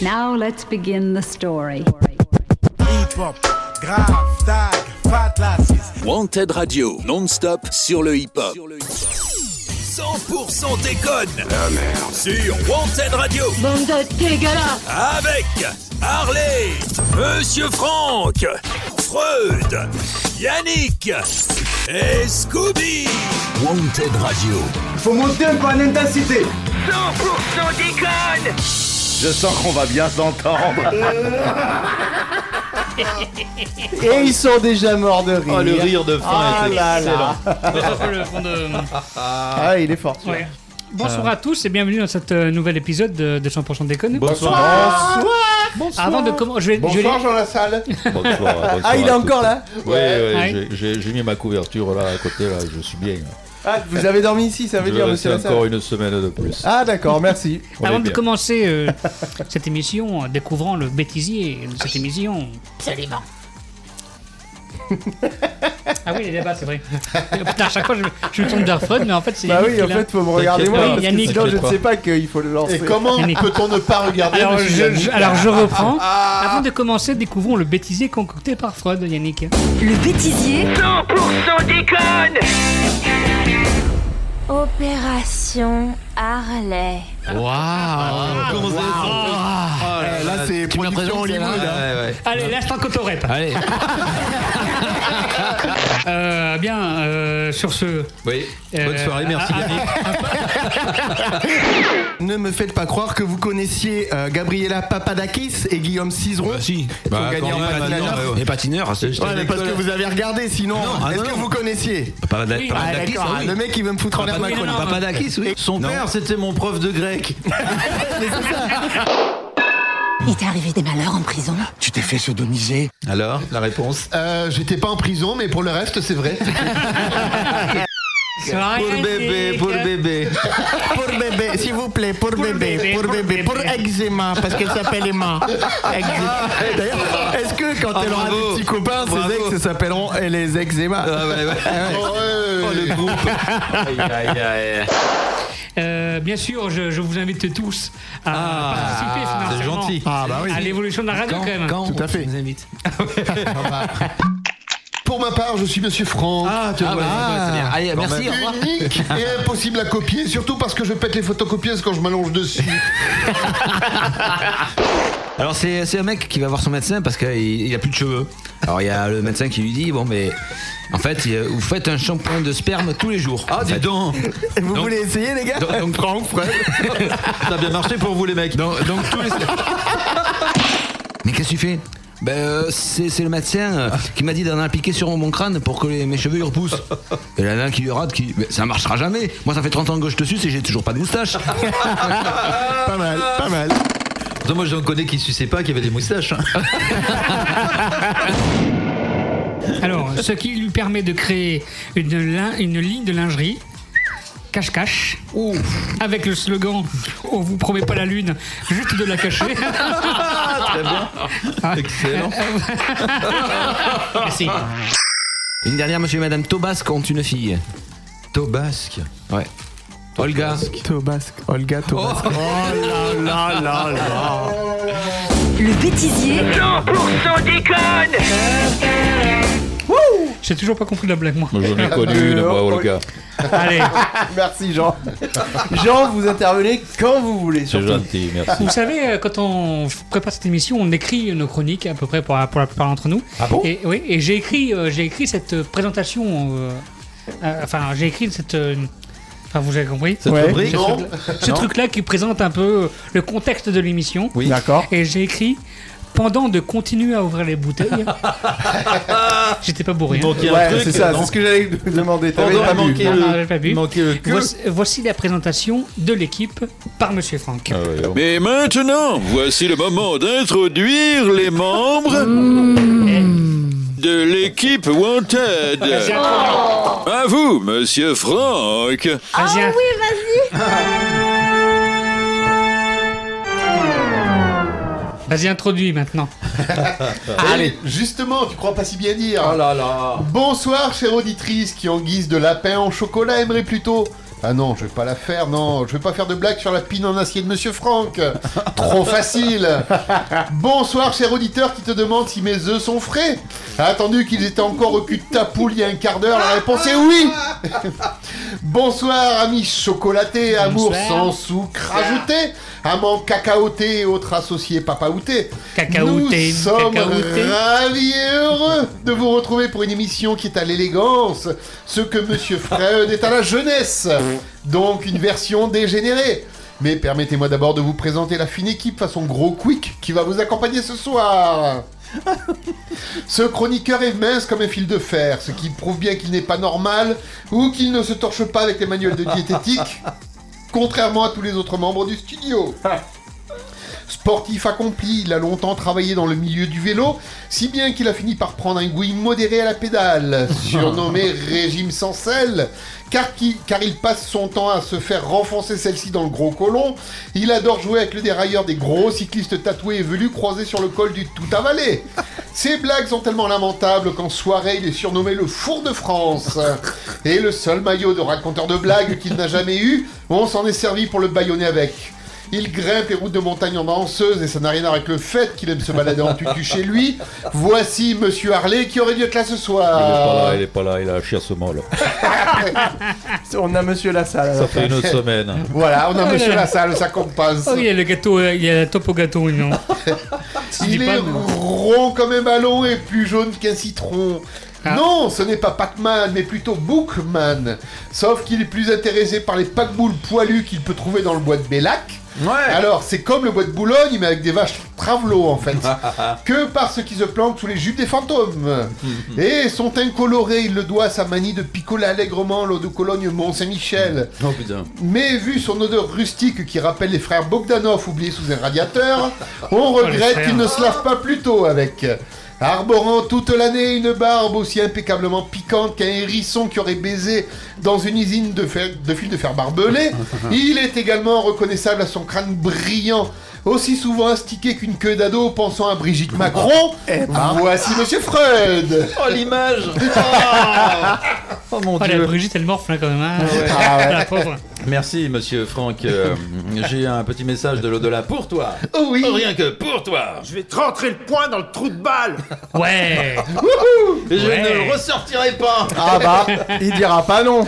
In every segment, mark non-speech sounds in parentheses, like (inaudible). Now let's begin the story. Hip-hop, grave, tag, fat lassis. Wanted Radio, non-stop sur le hip-hop. 100% déconne. Sur Wanted Radio. Bande de dégueulasse Avec Harley, Monsieur Franck, Freud, Yannick et Scooby. Wanted Radio. Faut monter un peu en intensité. (laughs) Je sens qu'on va bien s'entendre. Euh. Et ils sont déjà morts de rire. Oh, le rire de fin Ah était là excellent. là. Le fond de- Ah, il est fort. celui-là. Ouais. Bonsoir à tous et bienvenue dans cet euh, nouvel épisode de, de 100% déconne. Bonsoir. Avant de commencer, je vais, je vais Bonsoir Jean Lassalle Bonsoir. (laughs) bonsoir Ah, il est à encore tous. là Ouais, ouais, Ouais. j'ai- j'ai j'ai mis ma couverture là à côté, là, je suis bien. Ah, vous avez dormi ici, ça veut Je dire, vais monsieur rester Lassalle encore une semaine de plus. Ah, d'accord, merci. On est Avant de bien. commencer euh, (laughs) cette émission, en découvrant le bêtisier de cette émission. Absolument. (laughs) Ah oui, les débats, c'est vrai. Euh, Putain, à chaque fois, je, je me tourne d'un Freud, mais en fait, c'est. Bah oui, Yannick qui l'a. en fait, faut me regarder T'inquiète moi, pas. parce que Yannick, sinon je t'inquiète ne sais pas qu'il faut le lancer. Et (laughs) comment Yannick. peut-on ne pas regarder Alors, monsieur je, Yannick Ah. je- alors, je reprends. Ah, Avant de commencer, découvrons le bêtisier concocté par Freud, Yannick. Le bêtisier 100% déconne Opération Harley. Ah, Ah, Ah, Là c'est production Hollywood hein. Allez, là, c'est un cotorep. Allez, (laughs) Euh, bien, euh, sur ce. oui. Euh, Bonne soirée, merci ah, Yannick. ah. (laughs) Ne me faites pas croire que vous connaissiez euh, Gabriela Papadakis et Guillaume Cizeron si. Bah, quand même, maintenant, ouais, ouais. Et patineur, c'est juste. Ouais, mais parce que vous avez regardé sinon Non, ah, Est-ce non, que non. vous connaissiez Oui, Papadakis, Ah, Le mec il veut me foutre en l'air ma chronique. Papadakis, oui. Son père, c'était mon prof de grec. (laughs) Il t'est arrivé des malheurs en prison Tu t'es fait sodomiser Alors, la réponse Euh, J'étais pas en prison mais pour le reste c'est vrai. Soirée, Pour bébé, Yannick. pour bébé. pour bébé, s'il vous plaît, pour, bébé, pour bébé, pour eczéma, parce qu'elle s'appelle Emma. Eczéma. D'ailleurs, est-ce que quand Ah, elle aura bravo. des petits copains, Bravo. ses ex elles s'appelleront les eczémas Ah ouais, ouais. Oh, (laughs) le groupe. Aïe, (laughs) aïe, aïe. Euh, bien sûr, je, je vous invite tous à Ah, participer c'est financièrement gentil. Ah bah à l'évolution de la radio quand, même. Tout à fait. nous invite. (laughs) Pour ma part, je suis Monsieur Franck. bah, ah, Ah, tu vois, ouais, c'est bien. Allez, merci, au revoir. Unique et impossible à copier, surtout parce que je pète les photocopieuses quand je m'allonge dessus. Alors c'est c'est un mec qui va voir son médecin parce qu'il il a plus de cheveux. Alors il y a le médecin qui lui dit bon mais en fait il- vous faites un shampoing de sperme tous les jours. Ah dis donc. Vous Donc- voulez essayer, les gars Donc, donc- (laughs) Ça a bien marché pour vous les mecs. Donc, donc tous les. (laughs) mais qu'est-ce que tu fais ben, euh, c'est c'est le médecin euh, qui m'a dit d'en appliquer sur mon crâne pour que les- mes cheveux ils repoussent. Et là, il y en a un qui lui rate qui. Mais ça marchera jamais. Moi, ça fait 30 ans que je te suce et j'ai toujours pas de (laughs) moustache. Pas mal, pas mal. moi j'en connais qui suçaient pas, qui avaient des hein. (laughs) moustaches. Alors, ce qui lui permet de créer une, lin- une ligne de lingerie. Cache-cache. Avec le slogan On vous promet pas la lune, juste de la cacher. Ah. Excellent. Merci. Une dernière, monsieur et madame Tobasque ont une fille. Tobasque. Ouais. Olga. Tobasque, Olga Tobasque. (laughs) Oh là là là là. Le bêtisier (laughs) J'ai toujours pas compris la blague, moi. Moi j'en ai connu une, moi, Olga. Allez, Merci Jean. Jean, vous intervenez quand vous voulez. C'est Surtout. gentil, merci. vous savez, euh, quand on prépare cette émission, on écrit nos chroniques à peu près pour la, pour la plupart d'entre nous. Ah bon Et oui, et j'ai écrit, euh, j'ai écrit cette présentation. euh, euh, enfin, j'ai écrit cette. euh, Enfin, vous avez compris. Cette Ouais. rubrique Non, Ce truc-là qui présente un peu euh, le contexte de l'émission. Oui. D'accord. Et j'ai écrit pendant de continuer à ouvrir les (laughs) bouteilles. J'étais pas bourré. hein. Donc il y a un Ouais, truc, euh, c'est ça, non c'est ce que j'allais vous demander. T'avais Pendant pas il vu. manquait Non, non, le- j'avais pas vu. il manquait le cul. Voici, voici la présentation de l'équipe par Monsieur Franck. Ah ouais, bon. Mais maintenant, voici le moment d'introduire les membres Eh, de l'équipe Wanted. Ah, Vas-y, À vous, monsieur Franck. Ah vas-y, hein. vas-y, introduis maintenant. Ah. Allez. Ah Justement, tu crois pas si bien dire. là là. Bonsoir, chère auditrice qui, en guise de lapin en chocolat, aimerait plutôt Ah non, je vais pas la faire, non. Je vais pas faire de blague sur la pine en acier de Monsieur Franck. Trop facile. Bonsoir, cher auditeur qui te demande si mes œufs sont frais. Attendu qu'ils étaient encore au cul de ta poule il y a un quart d'heure, la réponse est oui. Bonsoir, amis chocolatés, amour Bonsoir. sans sucre ajouté, amants cacaotés et autres associés papaoutés. Cacaoté, Nous sommes cacaoté. ravis et heureux de vous retrouver pour une émission qui est à l'élégance, ce que Monsieur Freud est à la jeunesse, donc une version dégénérée. Mais permettez-moi d'abord de vous présenter la fine équipe façon gros quick qui va vous accompagner ce soir. Ce chroniqueur est mince comme un fil de fer, ce qui prouve bien qu'il n'est pas normal ou qu'il ne se torche pas avec les manuels de diététique, contrairement à tous les autres membres du studio. Sportif accompli, il a longtemps travaillé dans le milieu du vélo, si bien qu'il a fini par prendre un goût immodéré à la pédale, surnommé régime sans sel, car, qui- car il passe son temps à se faire renfoncer celle-ci dans le gros colon. Il adore jouer avec le dérailleur des gros cyclistes tatoués et velus croisés sur le col du tout avalé. Ses blagues sont tellement lamentables qu'en soirée, il est surnommé le four de France. Et le seul maillot de raconteur de blagues qu'il n'a jamais eu, on s'en est servi pour le baïonner avec. Il grimpe les routes de montagne en danseuse et ça n'a rien à voir avec le fait qu'il aime se balader en tutu chez lui. Voici Monsieur Harley qui aurait dû être là ce Il est pas soir. là, il est pas là, il a la chier ce (laughs) mort là. Ah, On a monsieur Lassalle. Ça fait une autre semaine. Voilà, on a Monsieur Lassalle, ça compense. Oh, il y a le gâteau, euh, il y a la top au gâteau, non Il dis est pas, rond comme un ballon et plus jaune qu'un citron. Ah. Non, ce n'est pas Pac-Man, mais plutôt Bookman. Sauf qu'il est plus intéressé par les pac-boules poilues qu'il peut trouver dans le bois de Bellac. Alors, c'est comme le bois de Boulogne, mais avec des vaches travelots, en (laughs) fait. que par ceux qui se planquent sous les jupes (laughs) des fantômes. Et son teint coloré, il le doit à sa manie de picoler allègrement l'eau de Cologne Mont-Saint-Michel. Oh putain. Mais vu son odeur rustique qui rappelle les frères Bogdanov oubliés sous un radiateur, on les regrette frères. qu'il ne se lave pas plus tôt avec. Arborant toute l'année une barbe aussi impeccablement piquante qu'un hérisson qui aurait baisé dans une usine de, fer- de fil de fer barbelé, (laughs) il est également reconnaissable à son crâne brillant, aussi souvent astiqué qu'une queue d'ado pensant à Ah. Brigitte Macron. Eh, Voici Monsieur Freud Oh l'image Oh mon Dieu. la Brigitte, elle morfle hein, quand même. hein. Ah La pauvre. Merci monsieur Franck. (laughs) Euh, J'ai un petit message de l'au-delà pour toi. Oh oui Rien que pour toi Je vais te rentrer le poing dans le trou de balle (laughs) Ouais Je ne le ressortirai pas Ah (laughs) bah, il dira pas non.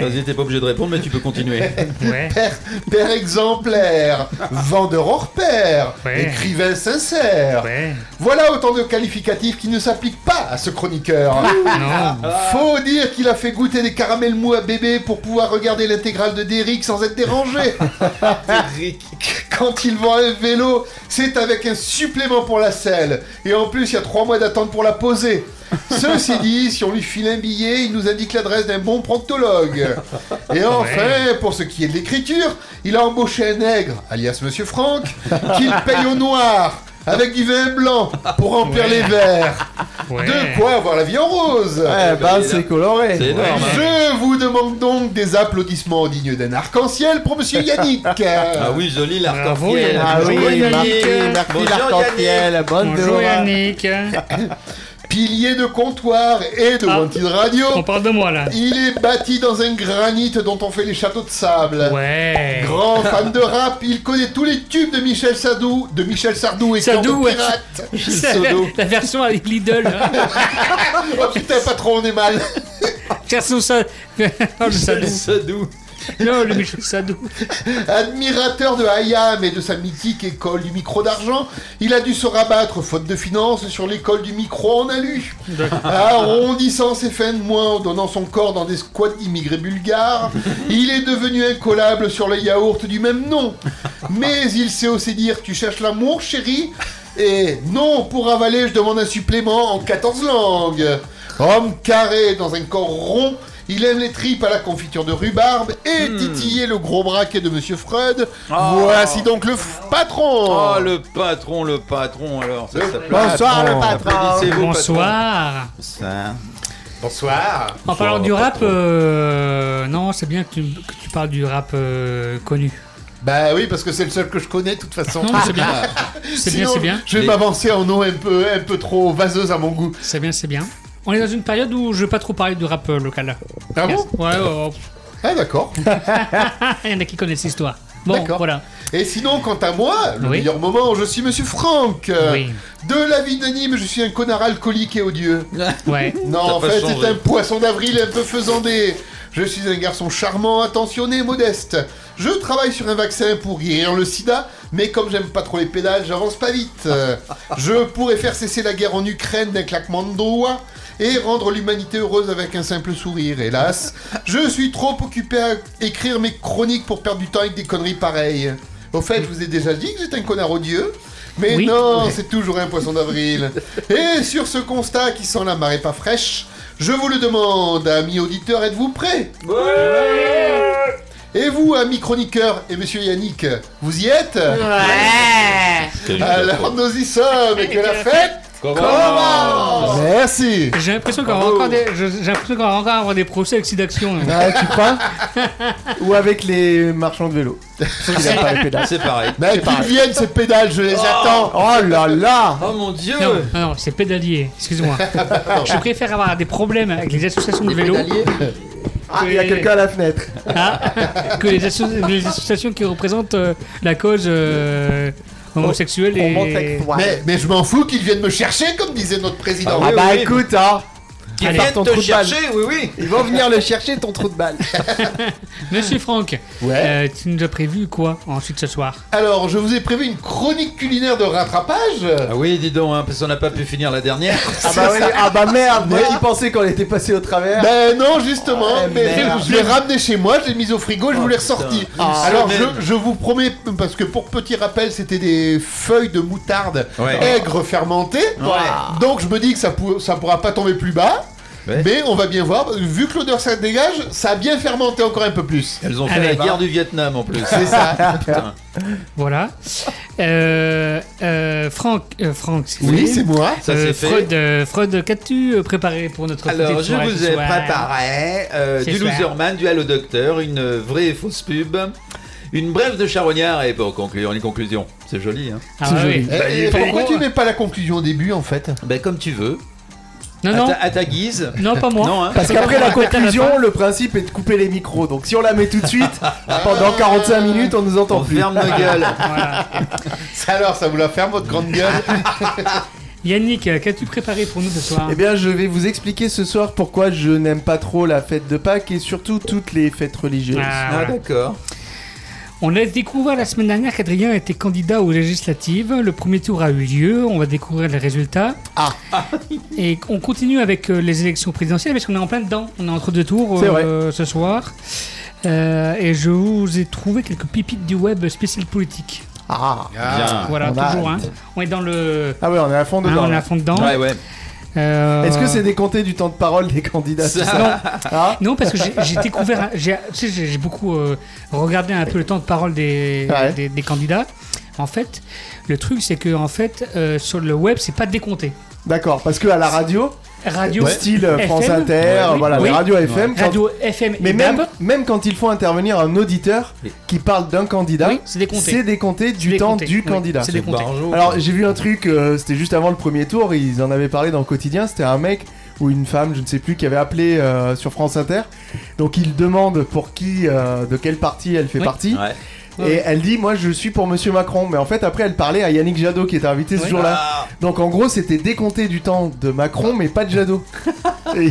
Vas-y, t'es pas obligé de répondre, mais tu peux continuer. Père, père exemplaire, vendeur hors pair, Ouais. écrivain sincère. Voilà autant de qualificatifs qui ne s'appliquent pas à ce chroniqueur. Non. Faut dire qu'il a fait goûter des caramels mous à bébé pour pouvoir regarder l'intégrale de Derrick sans être dérangé. Quand il vend un vélo, c'est avec un supplément pour la selle. Et en plus, il y a trois mois d'attente pour la poser. Ceci dit, si on lui file un billet, il nous indique l'adresse d'un bon proctologue. Et enfin, pour ce qui est de l'écriture, il a embauché un nègre, alias Monsieur Franck, qu'il paye au noir, avec du vin blanc, pour remplir les verres. De quoi avoir la vie en rose Ouais, bah, c'est coloré. Ouais. Je vous demande donc des applaudissements dignes d'un arc-en-ciel pour Monsieur Yannick. Ah oui, joli l'arc-en-ciel. Ah oui, Bonjour, merci, Yannick. merci Bonjour, l'arc-en-ciel. Yannick. Bonne journée. (laughs) Pilier de comptoir et de Wanted Radio. Ah. on parle de moi, là. Il est bâti dans un granit dont on fait les châteaux de sable. Ouais. (laughs) Grand fan de rap, il connaît tous les tubes de Michel Sardou, de Michel Sardou et Sardou, Sardou ouais. (laughs) Pirate. C'est la, ver- la version avec Lidl. hein. oh putain, patron, on (laughs) est mal. Version ça. (laughs) Oh, le Sadou. Non, le Michel Sadou. Admirateur de Hayam et de sa mythique école du micro d'argent, il a dû se rabattre, faute de finances, sur l'école du micro en alu. (laughs) Arrondissant ses fins de mois en donnant son corps dans des squats d'immigrés bulgares, il est devenu incollable sur le yaourt du même nom. Mais il sait aussi dire Tu cherches l'amour, chérie Et non, pour avaler, je demande un supplément en 14 langues. Homme carré dans un corps rond, il aime les tripes à la confiture de rhubarbe et Hmm. titiller le gros braquet de Monsieur Freud. Voici donc le f- patron. Ah. Oh le patron, le patron alors. ça s'appelle- Bonsoir, le patron. Applaudissez-vous, Bonsoir. patron. Bonsoir. En parlant du rap, euh, non, c'est bien que tu, que tu parles du rap euh, connu. Bah oui, parce que c'est le seul que je connais de toute façon. Ah. Non, mais c'est bien. C'est bien, Sinon, c'est bien. Je vais m'avancer en nom un peu, un peu trop vaseuse à mon goût. C'est bien, c'est bien. On est dans une période où je vais pas trop parler du rap euh, local. Ah bon Ouais, euh, Ah d'accord. (laughs) Il y en a qui connaissent l'histoire. Bon, voilà. Et sinon, quant à moi, le Oui. meilleur moment, je suis Monsieur Franck. Euh, Oui. De la vie de Nîmes, je suis un connard alcoolique et odieux. (laughs) Ouais. Non, T'as en pas fait, changé. c'est un poisson d'avril un peu faisandé. Je suis un garçon charmant, attentionné et modeste. Je travaille sur un vaccin pour guérir le sida, mais comme j'aime pas trop les pédales, j'avance pas vite. Euh, Je pourrais faire cesser la guerre en Ukraine d'un claquement de doigts et rendre l'humanité heureuse avec un simple sourire. Hélas, je suis trop occupé à écrire mes chroniques pour perdre du temps avec des conneries pareilles. Au fait, je vous ai déjà dit que j'étais un connard odieux. Mais Oui. non, c'est toujours un poisson d'avril. Et sur ce constat qui sent la marée pas fraîche, je vous le demande, amis auditeurs, êtes-vous prêts Et vous, amis chroniqueurs et monsieur Yannick, vous y êtes Quel Alors chapeau. nous y sommes et que la fête Commence. commence Merci J'ai l'impression qu'on va encore, des, je- j'ai l'impression qu'on va encore avoir des procès avec Sidaction. Ah, tu penses Ou avec les marchands de vélo. Il a pas les pédales. (laughs) C'est pareil. Mais C'est qu'ils pareil. viennent ces pédales, je les Oh. attends Oh là là Oh mon dieu Non, Ah. non, non, c'est pédalier, (laughs) excuse-moi. je préfère avoir des problèmes avec les associations de vélo Ah, il y a quelqu'un à la fenêtre. (laughs) Ah, que les, asso- les associations qui représentent euh, la cause euh, homosexuelle et. mais, mais je m'en fous qu'ils viennent me chercher, comme disait notre président. Ah bah écoute, hein Qu'ils Allez, viennent ton te trou de balle. chercher, oui, oui. Ils vont venir le chercher, ton trou de balle. Monsieur Franck, euh, tu nous as prévu quoi ensuite ce soir (laughs) Alors, je vous ai prévu une chronique culinaire de rattrapage. Ah oui, dis donc, hein, parce qu'on n'a pas pu finir la dernière. Ah bah, oui, ah bah merde, moi qui pensais qu'on était passé au travers. Ben non, justement, mais merde. je l'ai ramené chez moi, je l'ai mis au frigo, je vous l'ai ressorti. Ah. Alors Semaine. je, je vous promets, parce que pour petit rappel, c'était des feuilles de moutarde Ouais. aigres fermentées. Donc je me dis que ça, pour- ça pourra pas tomber plus bas. Mais on va bien voir, vu que l'odeur ça dégage, ça a bien fermenté encore un peu plus. Elles ont Ah fait la guerre du Vietnam en plus. C'est ça. (laughs) Putain. Voilà. Euh, euh, Franck, euh, Franck, Oui, c'est moi. Ça, Euh, c'est fait. Freud, euh, Freud, qu'as-tu préparé pour notre Alors, petite je soirée vous ce ai soir préparé euh, Ce du soir. Loserman, du Halo Docteur, une vraie et fausse pub, une brève de charognard et pour conclure, une conclusion. C'est joli, hein Ah C'est joli. Bah, Et- et Eh, pourquoi tu mets pas la conclusion au début en fait Ben, hein. comme tu veux. Non, à, non. Ta, à ta guise. Non, pas moi. Non, hein. Parce qu'après la conclusion, le principe est de couper les micros. Donc si on la met tout de suite, pendant 45 minutes, on nous entend plus. ferme (laughs) nos gueules. Alors, ça vous la ferme votre grande gueule (laughs) Yannick, euh, qu'as-tu préparé pour nous ce soir Eh bien, je vais vous expliquer ce soir pourquoi je n'aime pas trop la fête de Pâques et surtout toutes les fêtes religieuses. Ah, voilà. d'accord. On a découvert la semaine dernière qu'Adrien était candidat aux législatives. Le premier tour a eu lieu. On va découvrir les résultats. Ah. (laughs) Et on continue avec euh, les élections présidentielles parce qu'on est en plein dedans. On est entre deux tours C'est euh, ce soir. Euh, et je vous ai trouvé quelques pipites du web spécial politique. Ah, Bien. Voilà, On a toujours. Hein. hâte. On est dans le. Ah ouais, on est à fond dedans. Hein, on est là. à fond dedans. Ouais, ouais. Euh, Est-ce que c'est décompté du temps de parole des candidats tout ça Non. (laughs) Ah Non, parce que j'ai j'ai découvert, un- j'ai tu sais, j'ai- j'ai beaucoup euh, regardé un peu le temps de parole des, Ouais. des, des candidats. En fait, le truc, c'est que en fait, euh, sur le web, c'est pas décompté. D'accord, parce que à la radio, Radio style euh, FM, France Inter, ouais, oui, voilà, oui. les radios FM. quand- Radio FM Mais et même, DAB. même quand ils font intervenir un auditeur qui parle d'un candidat, c'est décompté. décompté du C'est temps décompté, du oui, candidat. c'est décompté. Barjot, Alors quoi. j'ai vu un truc, euh, c'était juste avant le premier tour, ils en avaient parlé dans le quotidien, c'était un mec ou une femme, je ne sais plus, qui avait appelé euh, sur France Inter. Donc il demande pour qui, euh, de quel parti elle fait Oui. partie. Ouais. Et Ouais. elle dit, moi je suis pour Monsieur Macron. Mais en fait, après, elle parlait à Yannick Jadot qui était invité ce Oui. jour-là. Ah. Donc en gros, c'était décompté du temps de Macron, mais pas (laughs) de Jadot. Et Il y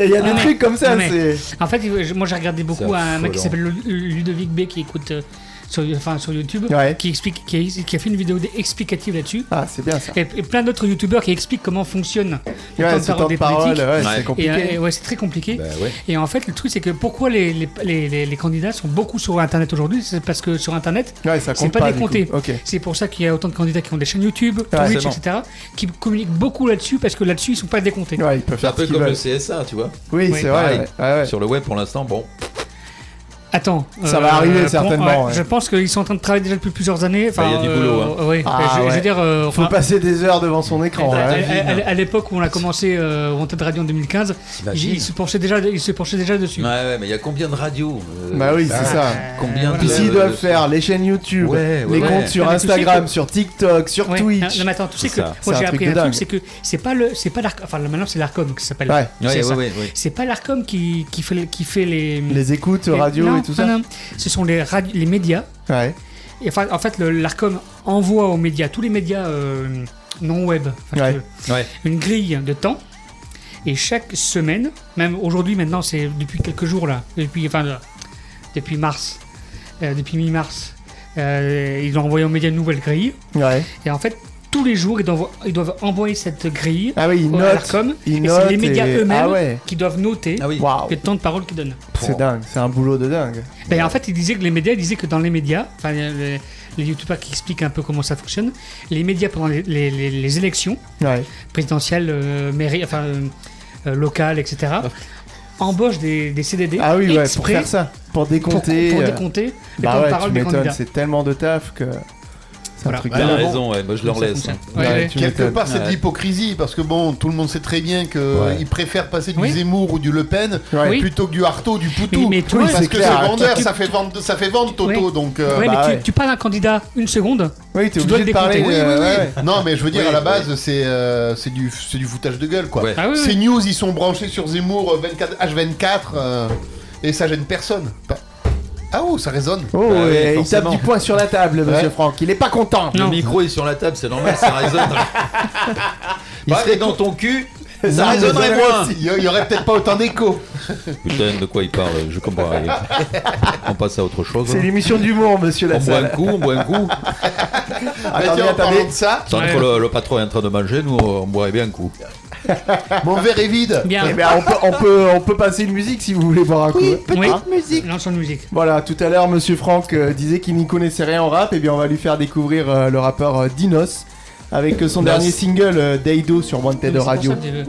a, il y a des Non, mais- trucs comme ça. non, mais- c'est... En fait, je- moi j'ai regardé beaucoup C'est un mec qui affolant. s'appelle Lu- Ludovic B qui écoute euh, sur, enfin, sur YouTube, qui explique, qui a, qui a fait une vidéo d- explicative là-dessus. Ah, c'est bien ça. Et, et plein d'autres youtubeurs qui expliquent comment fonctionne le Ouais, temps de ce parole temps de des parole, politiques. ouais, c'est Et, compliqué. euh, et ouais, c'est très compliqué. ouais. Et en fait, le truc c'est que pourquoi les, les, les- les- les candidats sont beaucoup sur Internet aujourd'hui, c'est parce que sur Internet, Ouais, ça c'est compte pas, pas, du décompté. coup. Ok. C'est pour ça qu'il y a autant de candidats qui ont des chaînes YouTube, Twitch, forcément. etc., qui communiquent beaucoup là-dessus parce que là-dessus ils sont pas décomptés. ils peuvent C'est un peu comme le CSA, tu vois. Oui, Oui. c'est vrai, Pareil. ouais, Sur le web, pour l'instant, bon. Attends. euh, Ça va arriver, pour- certainement, ouais, ouais. Je pense qu'ils sont en train de travailler déjà depuis plusieurs années. Bah, Enfin, il y a du euh, boulot, hein. ouais. Ah, je, je ouais. veux dire. euh, Faut enfin, passer des hein. heures devant son écran. à- ouais. à- à- À l'époque où on a commencé euh, Wanted Radio en 2015, T'imagines ils, ils se penchaient déjà, ils se penchaient déjà dessus. Ouais, ouais, mais il y a combien de radios euh, Bah oui, bah, c'est ça. Combien Puis de. s'ils doivent faire les chaînes YouTube, Ouais, ouais, les ouais. comptes sur Non, mais tu sais Instagram, que- sur TikTok, sur Ouais. Twitch. Non, non, mais attends, tu sais C'est que ça. moi C'est j'ai un appris truc un de truc, dingue. c'est que c'est pas le, c'est pas l'Arcom, enfin maintenant c'est l'Arcom qui s'appelle. Ouais. C'est Ouais, ça. ouais, ouais, ouais. C'est pas l'Arcom qui, qui fait, qui fait les. Les écoutes, les- radio non, et tout non, ça. non. Ce sont les radi- les médias. Ouais. Et enfin, en fait, le- l'Arcom envoie aux médias, tous les médias euh, non web, enfin, Ouais. je- une grille de temps. Et chaque semaine, même aujourd'hui, maintenant, c'est depuis quelques jours là, depuis, enfin, euh, depuis mars, euh, depuis mi-mars, euh, ils ont envoyé aux médias une nouvelle grille. Ouais. Et en fait, tous les jours, ils doivent, ils doivent envoyer cette grille Ah oui, ils au- à notent, l'Arcom. ils et c'est notent les médias et- eux-mêmes ah ouais. qui doivent noter Waouh. le temps de parole qu'ils donnent. C'est dingue, c'est un boulot de dingue. Ben, en fait, il disait que les médias, il disait que dans les médias, enfin, les, les youtubeurs qui expliquent un peu comment ça fonctionne, les médias pendant les, les- les- les élections Ouais. présidentielles, euh, mairie, enfin, euh, euh, locales, etc., embauchent des, des CDD. Ah oui, ouais, pour exprès faire ça, pour décompter. Pour, pour euh, décompter les temps Bah de ouais, parole tu des m'étonnes, candidats. c'est tellement de taf que. C'est Voilà. un truc Ouais, dingue. t'as raison, ouais, moi je leur Ça laisse. fonctionne. hein. Ouais, ouais. tu Quelque m'étonnes. part, c'est de Ouais. l'hypocrisie parce que bon, tout le monde sait très bien que euh, ils préfèrent passer du Zemmour ou du Le Pen Ouais. Oui. plutôt que du Artaud, du Poutou, Mais- mais toi, parce c'est que clair. c'est vendeur, Tu- tu- ça fait vendre, ça fait vendre Toto, Ouais. donc. euh, ouais, bah mais ouais. tu, tu parles d'un candidat une seconde. Oui, tu dois le décompter. euh, Oui, oui, oui. Non, mais je veux dire, à la base, c'est euh, c'est du, c'est du foutage de gueule, quoi. Ouais. Ah oui, oui. Ces news, ils sont branchés sur Zemmour euh, 24, H24, euh, et ça gêne personne. Bah, Ah oh, ça résonne. Oh, et il tape du poing sur la table, monsieur Ouais. Franck. Il est pas content. Le micro est sur la table, c'est normal, ça résonne. (laughs) Il serait dans ton cul, ça résonnerait moins. Il y- il y aurait peut-être pas (laughs) autant d'écho. Putain, de quoi il parle Je comprends rien. On passe à autre chose. C'est l'émission d'humour, monsieur On boit un Lassalle. coup, on boit (laughs) un coup. Bah, tiens, en parlant de ça, C'est entre le, le patron est en train de manger, nous on boirait bien un coup. (laughs) mon verre est vide. Eh ben, on, peut, on, peut, on peut passer une musique si vous voulez voir un coup. hein. Oui. Hein musique. Lance une musique. Voilà, tout à l'heure, Monsieur Franck euh, disait qu'il n'y connaissait rien en rap. Et bien, on va lui faire découvrir euh, le rappeur euh, Dinos avec euh, son Nos. dernier single euh, Deido sur Mais Wanted c'est pour Radio. ça que j'ai-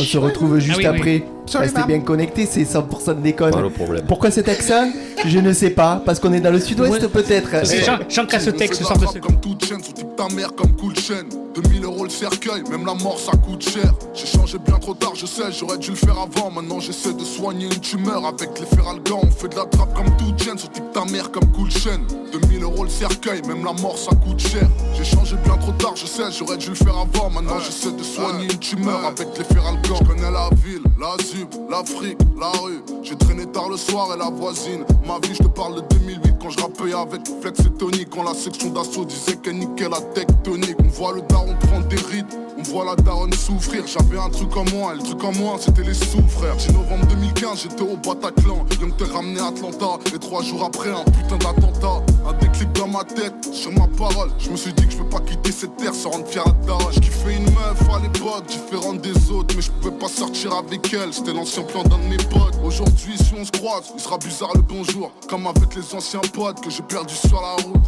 on se retrouve juste Ah oui, après. oui. Restez Absolument. bien connectés, c'est 100% déconne. Pas le problème. Pourquoi cet accent Je ne sais pas, parce qu'on est dans le sud-ouest Ouais. peut-être. euh, Eh, Jean- Jean Cassotex sort de ce. Comme toute chaîne, sont type ta mère comme cool chaîne. 2000 euros le cercueil, même la mort ça coûte cher. J'ai changé bien trop tard, je sais, j'aurais dû le faire avant. Maintenant j'essaie de soigner une tumeur avec les feralgans. On fait de la trappe comme toute chaîne, sont type ta mère comme cool chaîne. 2000 euros le cercueil, même la mort ça coûte cher. J'ai changé bien trop tard, je sais, j'aurais dû le faire avant. Maintenant j'essaie de soigner une tumeur avec les feralgans. Je connais la ville, la zub, l'Afrique, la rue. J'ai traîné tard le soir et la voisine. Ma vie, je te parle de 2008 quand je rappais avec Flex et Tonic. Quand la section d'assaut disait qu'elle niquait la tectonique. On voit le daron prendre des rides, on voit la daronne souffrir. J'avais un truc en moi, et le truc en moi c'était les sous frères. J'ai novembre 2015, j'étais au Bataclan. Je viens de te ramener à Atlanta. Et trois jours après, un putain d'attentat. Un déclic dans ma tête, sur ma parole. Je me suis dit que je peux pas quitter cette terre sans rendre fier à daron. Je kiffais une meuf à l'époque, différente des autres. Mais je pouvais pas sortir avec elle, c'était l'ancien plan d'un de mes potes. Aujourd'hui, si on se croise, il sera bizarre le bonjour. Comme avec les anciens potes que j'ai perdu sur la route.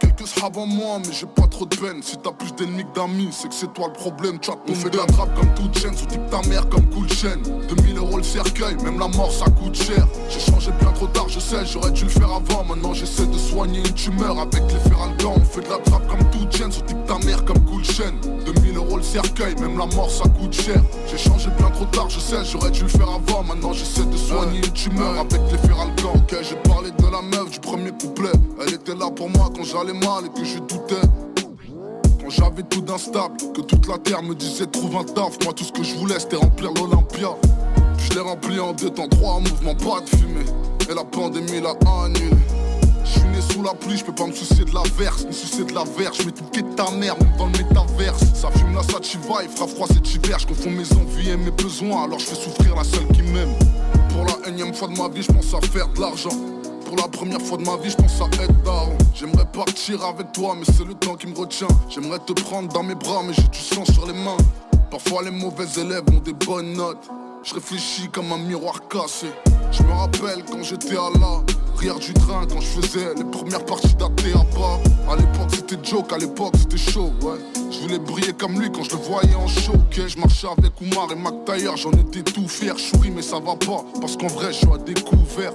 Quelques sahab en moi, mais j'ai pas trop de peine. Si t'as plus d'ennemis que d'amis, c'est que c'est toi le problème. Tu as on fait de la trappe comme toute chaîne, sous type ta mère comme cool chaîne. 2000 euros le cercueil, même la mort ça coûte cher. J'ai changé bien trop tard, je sais, j'aurais dû le faire avant. Maintenant j'essaie de soigner une tumeur avec les feralgans. On fait de la trappe comme toute chaîne, sous type ta mère comme cool chaîne. 2000 euros le cercueil, même la mort ça coûte cher. J'ai changé bien trop tard, je sais, j'aurais dû le faire avant. Maintenant j'essaie de soigner une tumeur avec les feralgans. Ok, j'ai parlé de la meuf du premier couplet. Elle était là pour moi quand j'allais mal et que je doutais. Quand j'avais tout d'instable, que toute la terre me disait trouve un taf. Moi, tout ce que je voulais, c'était remplir l'Olympia. Je l'ai rempli en deux temps, trois mouvements, pas de fumée. Et la pandémie l'a annulé. Je suis né sous la pluie, je peux pas me soucier de la verse, me soucier de la verse, je tout de ta mère, même dans le métaverse. Ça fume la sativa, il fera froid cet hiver, je confonds mes envies et mes besoins, alors je fais souffrir la seule qui m'aime. Pour la énième fois de ma vie, je pense à faire de l'argent. Pour la première fois de ma vie, je pense à être daron. J'aimerais partir avec toi, mais c'est le temps qui me retient. J'aimerais te prendre dans mes bras, mais j'ai du sang sur les mains. Parfois, les mauvais élèves ont des bonnes notes. Je réfléchis comme un miroir cassé. Je me rappelle quand j'étais à la rière du train, quand je faisais les premières parties d'AT à bas. À l'époque, c'était joke, à l'époque, c'était chaud, ouais. Je voulais briller comme lui quand je le voyais en show, ok. Je marchais avec Oumar et McTayer, j'en étais tout fier. Chouri, mais ça va pas, parce qu'en vrai, je suis à découvert.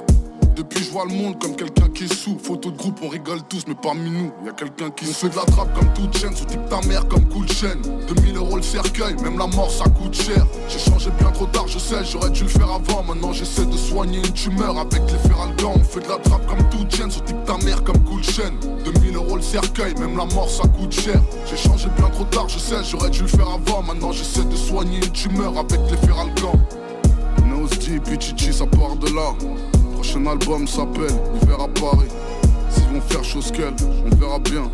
Depuis je vois le monde comme quelqu'un qui est sous Photo de groupe on rigole tous mais parmi nous y a quelqu'un qui On fait de la trappe comme toute chaîne Sous tic ta mère comme cool chaîne 2000 euros le cercueil même la mort ça coûte cher J'ai changé bien trop tard je sais j'aurais dû le faire avant Maintenant j'essaie de soigner une tumeur avec les feralgans On fait de la trappe comme toute chaîne Sous tic ta mère comme cool chaîne 2000 euros le cercueil même la mort ça coûte cher J'ai changé bien trop tard je sais j'aurais dû le faire avant Maintenant j'essaie de soigner une tumeur avec les feralgans Nosdi, Pichichi, ça part de là. Prochain album s'appelle Hiver à Paris. S'ils vont faire chose qu'elle, on verra bien.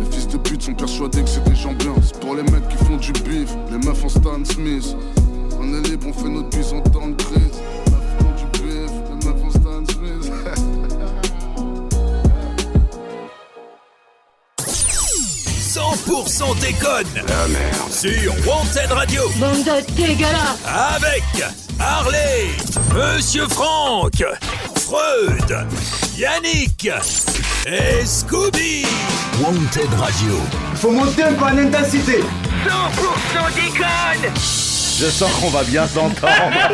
Les fils de pute sont persuadés que c'est des gens bien. C'est pour les mecs qui font du bif, les meufs en Stan Smith. On est libre, on fait notre bise en temps de crise. Les meufs font du bif, les meufs en Stan Smith. 100% déconne. La merde. Sur Wanted Radio. Bande de dégueulasse Ah. Avec Harley, Monsieur Franck, Freud, Yannick et Scooby. Wanted Radio. Faut monter un peu en intensité. 100% déconne. Je sens qu'on va bien Ah s'entendre.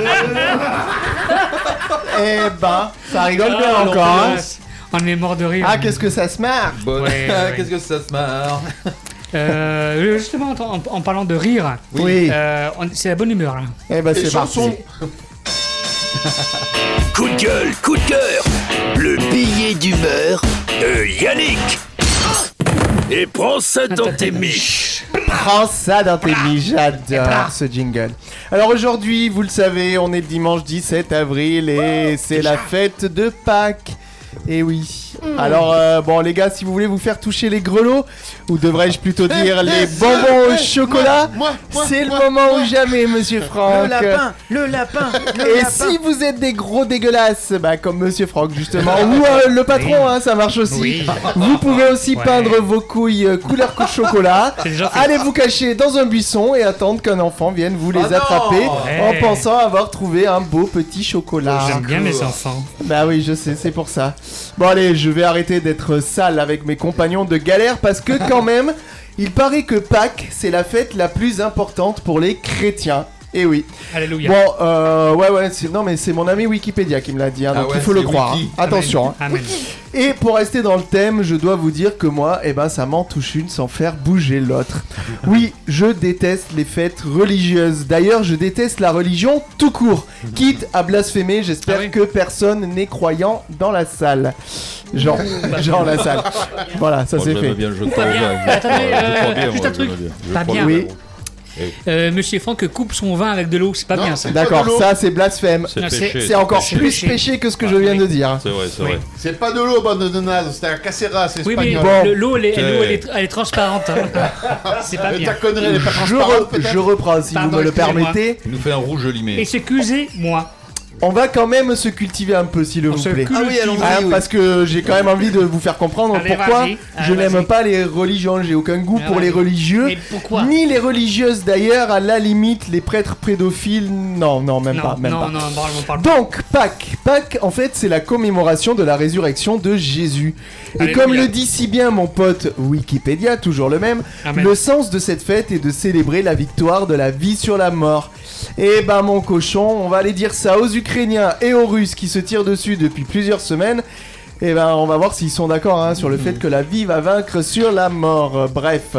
Euh. Eh ben, ça rigole bien Ah, encore. hein. l'ambiance. On est mort de rire. Ah, qu'est-ce que ça se marre Ah, (laughs) Qu'est-ce que ça se marre Euh, justement, en, en- en parlant de rire, Oui. euh, on- c'est la bonne humeur. Là. Eh ben, c'est parti. Coup de gueule, coup de cœur. Le billet d'humeur de Yannick. Et prends ça dans tes miches. Prends ça dans tes miches, j'adore ce jingle. Alors aujourd'hui, vous le savez, on est le dimanche 17 avril et c'est la fête de Pâques. Et oui. Mm. Alors euh, bon les gars, si vous voulez vous faire toucher les grelots, ou devrais-je (laughs) plutôt dire les bonbons au chocolat, c'est le moment ou jamais, Monsieur Franck. Le lapin, le lapin, le Et lapin. si vous êtes des gros dégueulasses, bah comme Monsieur Franck justement, ou euh, le patron, Oui. hein, ça marche aussi. Oui. Vous pouvez aussi Ouais. peindre vos couilles euh, couleur couche chocolat. (laughs) C'est déjà fait. Allez vous cacher dans un buisson et attendre qu'un enfant vienne vous les Oh non attraper en Ouais. pensant avoir trouvé un beau petit chocolat. J'aime bien mes enfants. Bah oui, je sais, c'est pour ça. Bon allez, je vais arrêter d'être sale avec mes compagnons de galère parce que quand même, il paraît que Pâques, c'est la fête la plus importante pour les chrétiens. Et oui. Alléluia. Bon, euh, ouais, ouais, c'est- non, mais c'est mon ami Wikipédia qui me l'a dit, hein, Ah donc ouais, il faut le c'est croire. Wiki. hein. Attention. hein. Amen. Et pour rester dans le thème, je dois vous dire que moi, eh ben, ça m'en touche une sans faire bouger l'autre. Oui, je déteste les fêtes religieuses. D'ailleurs, je déteste la religion tout court. Quitte à blasphémer, j'espère Ah que personne n'est croyant dans la salle. (laughs) Genre, genre la salle. Voilà, ça Oh, c'est j'aime fait. bien le jeu de Pas bien. parole, là. Attendez, Je crois euh, bien, moi, juste un je truc. crois bien. Je Pas crois bien. bien, Euh, Monsieur Franck coupe son vin avec de l'eau, c'est pas bien ça. D'accord, ça c'est blasphème. C'est péché, C'est c'est c'est encore péché. plus péché que ce que je viens de dire. C'est vrai, c'est vrai. C'est pas de l'eau, bande de nazes, c'est un casserra, c'est Oui, mais espagnol. le- l'eau, elle, est- l'eau, elle est, elle est transparente. (laughs) hein. C'est pas Mais bien. Euh, ta connerie, elle est pas Euh. Je, transparente, re- peut-être je reprends si Pardon, vous me le excusez-moi. permettez. Il nous fait un rouge limé. Excusez-moi. On va quand même se cultiver un peu, s'il vous plaît. cultive. Ah oui, allons-y, Hein, oui. Parce que j'ai quand même envie de vous faire comprendre Allez, pourquoi vas-y. Ah je Allez, n'aime pas les religions. J'ai aucun goût pour les religieux. ni les religieuses d'ailleurs, à la limite, les prêtres pédophiles. Non, non, même Non, pas. Même non, pas. non, on parle- on parle Donc, Pâques. Pâques, en fait, c'est la commémoration de la résurrection de Jésus. Et Alléluia. comme le dit si bien mon pote Wikipédia, toujours le même, Amen. le sens de cette fête est de célébrer la victoire de la vie sur la mort. Et ben mon cochon, on va aller dire ça aux Ukrainiens et aux Russes qui se tirent dessus depuis plusieurs semaines. Et ben on va voir s'ils sont d'accord hein, sur Mm. le fait que la vie va vaincre sur la mort. Euh, Bref,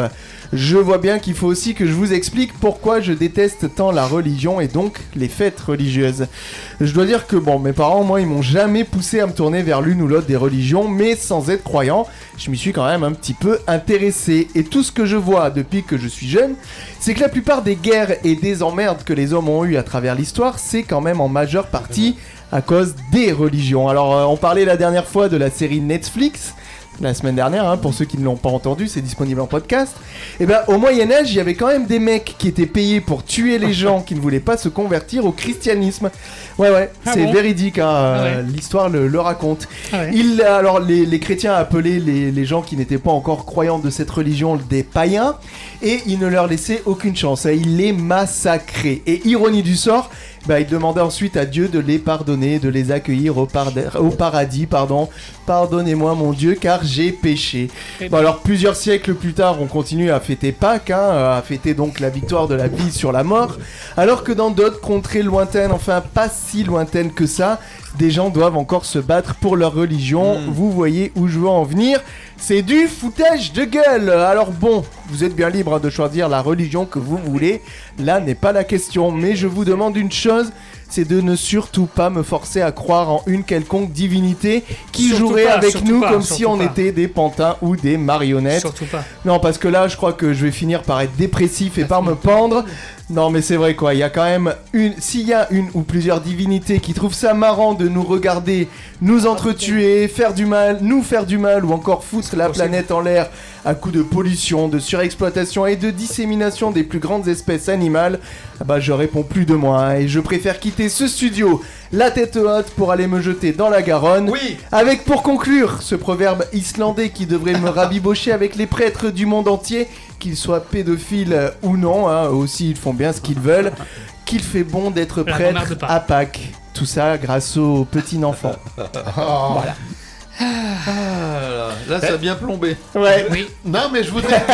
je vois bien qu'il faut aussi que je vous explique pourquoi je déteste tant la religion et donc les fêtes religieuses. Je dois dire que bon, mes parents, moi, ils m'ont jamais poussé à me tourner vers l'une ou l'autre des religions, mais sans être croyant, je m'y suis quand même un petit peu intéressé. Et tout ce que je vois depuis que je suis jeune, c'est que la plupart des guerres et des emmerdes que les hommes ont eues à travers l'histoire, c'est quand même en majeure partie à cause des religions. Alors, euh, on parlait la dernière fois de la série Netflix la semaine dernière, hein, pour ceux qui ne l'ont pas entendu, c'est disponible en podcast. Et ben au Moyen Âge, il y avait quand même des mecs qui étaient payés pour tuer (laughs) les gens qui ne voulaient pas se convertir au christianisme. Ouais ouais, Ah c'est bon véridique, hein, euh, Ah ouais. l'histoire le, le raconte. Ah ouais. Il, alors les, les chrétiens appelaient les, les gens qui n'étaient pas encore croyants de cette religion des païens, et ils ne leur laissaient aucune chance. hein, Ils les massacraient. Et ironie du sort, bah, ils demandaient ensuite à Dieu de les pardonner, de les accueillir au, parda- au paradis, pardon. Pardonnez-moi mon Dieu, car j'ai péché. Eh Bon, ben. alors plusieurs siècles plus tard, on continue à fêter Pâques, hein, euh, à fêter donc la victoire de la vie sur la mort, alors que dans d'autres contrées lointaines, enfin pas si lointaines que ça, des gens doivent encore se battre pour leur religion. Hmm. Vous voyez où je veux en venir. C'est du foutage de gueule. Alors bon, vous êtes bien libre hein, de choisir la religion que vous voulez. Là n'est pas la question. Mais je vous demande une chose c'est de ne surtout pas me forcer à croire en une quelconque divinité qui Surtout jouerait pas, avec surtout nous pas, comme si surtout on pas. était des pantins ou des marionnettes. Surtout pas. Non, parce que là, je crois que je vais finir par être dépressif et par me pendre. Non, mais c'est vrai quoi, il y a quand même une. S'il y a une ou plusieurs divinités qui trouvent ça marrant de nous regarder, Ah, nous entretuer, faire du mal, nous faire du mal ou encore foutre la planète en l'air à coups de pollution, de surexploitation et de dissémination des plus grandes espèces animales, ah bah je réponds plus de moi hein, et je préfère quitter ce studio la tête haute pour aller me jeter dans la Garonne. Oui. Avec pour conclure ce proverbe islandais qui devrait me rabibocher avec les prêtres du monde entier, qu'ils soient pédophiles euh, ou non, hein, eux aussi ils font bien ce qu'ils veulent, qu'il fait bon d'être La prêtre remarque pas. à Pâques. Tout ça grâce aux petits (laughs) enfants. Oh. Voilà. Ah, là, ça a bien plombé. Ouais. Oui. Non, mais (laughs) je voudrais.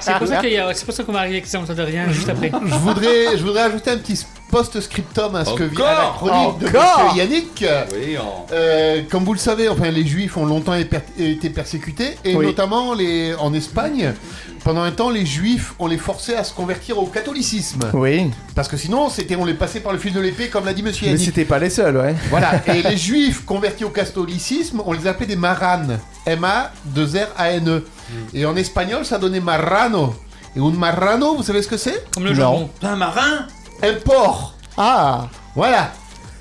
C'est pour ça qu'il y a- c'est pour ça qu'on va arriver avec ça, on de rien juste après. Je voudrais, je voudrais ajouter un petit post-scriptum à ce que vient la Encore chronique de Encore monsieur Yannick. Oui, en- Euh, comme vous le savez, enfin, les Juifs ont longtemps éper- été persécutés, et Oui. notamment les, en Espagne. Pendant un temps, les Juifs, on les forçait à se convertir au catholicisme. Oui. Parce que sinon, c'était, on les passait par le fil de l'épée, comme l'a dit Monsieur Mais Yannick. c'était pas les seuls, ouais. (laughs) Voilà, et les juifs convertis au catholicisme, on les appelait des maranes. M-A-2-R-A-N-E. E. Et en espagnol, ça donnait marrano. Et un marrano, vous savez ce que c'est Comme le jambon. Un marin Un porc. Ah Voilà.